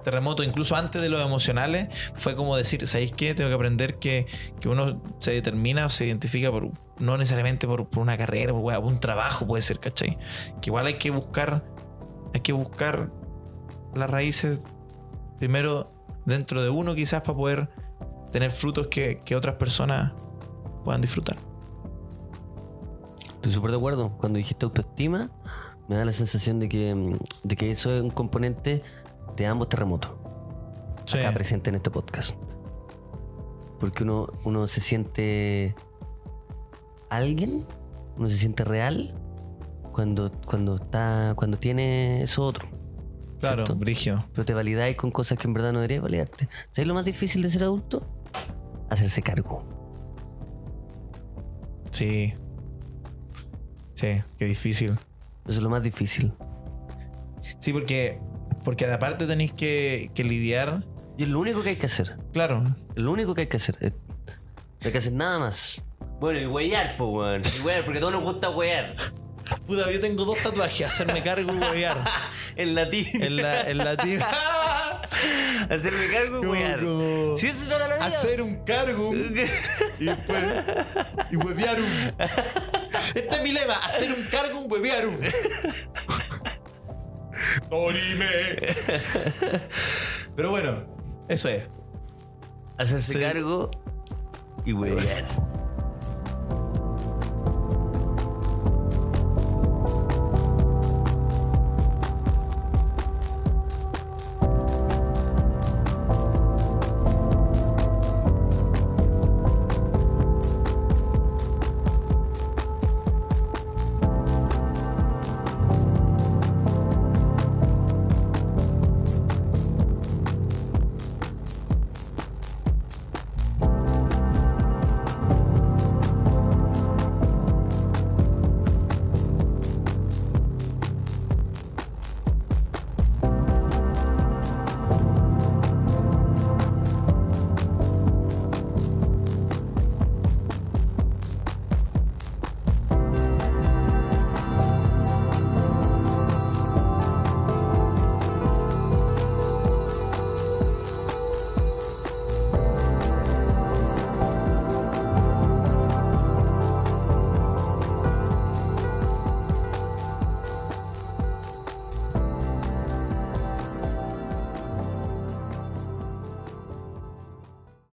A: terremotos, incluso antes de los emocionales, fue como decir, ¿sabéis qué? Tengo que aprender que, que uno se determina o se identifica por no necesariamente por, por una carrera, por, weá, por un trabajo puede ser, ¿cachai? Que igual hay que buscar, hay que buscar las raíces primero dentro de uno quizás para poder tener frutos que, que otras personas puedan disfrutar.
B: Estoy súper de acuerdo. Cuando dijiste autoestima, me da la sensación de que, mm, de que eso es un componente de ambos terremotos
A: Sí.
B: acá presente en este podcast. Porque uno, uno se siente alguien, uno se siente real cuando, cuando, está, cuando tiene eso otro.
A: Claro,
B: ¿cierto?
A: brígido.
B: Pero te validáis con cosas que en verdad no deberías validarte. ¿Sabes lo más difícil de ser adulto? Hacerse cargo.
A: Sí. Sí, qué difícil.
B: Eso es lo más difícil.
A: Sí, porque, porque aparte tenéis que, que lidiar.
B: Y es lo único que hay que hacer.
A: Claro.
B: Es Lo único que hay que hacer. es- No hay que hacer nada más. Bueno, y huear, pues, weón. Y huear, porque a todos nos gusta huear.
A: Puta, yo tengo dos tatuajes, hacerme cargo y huevear.
B: En latín.
A: En la, en la tira.
B: Hacerme cargo y
A: Como-
B: huear.
A: como-
B: Si eso no era la vida.
A: Hacer un cargo y después. Y huevear un. Este es mi lema: hacer un cargo y huevear un. Dorime. Pero bueno, eso es.
B: Hacerse
A: Sí.
B: cargo y huear.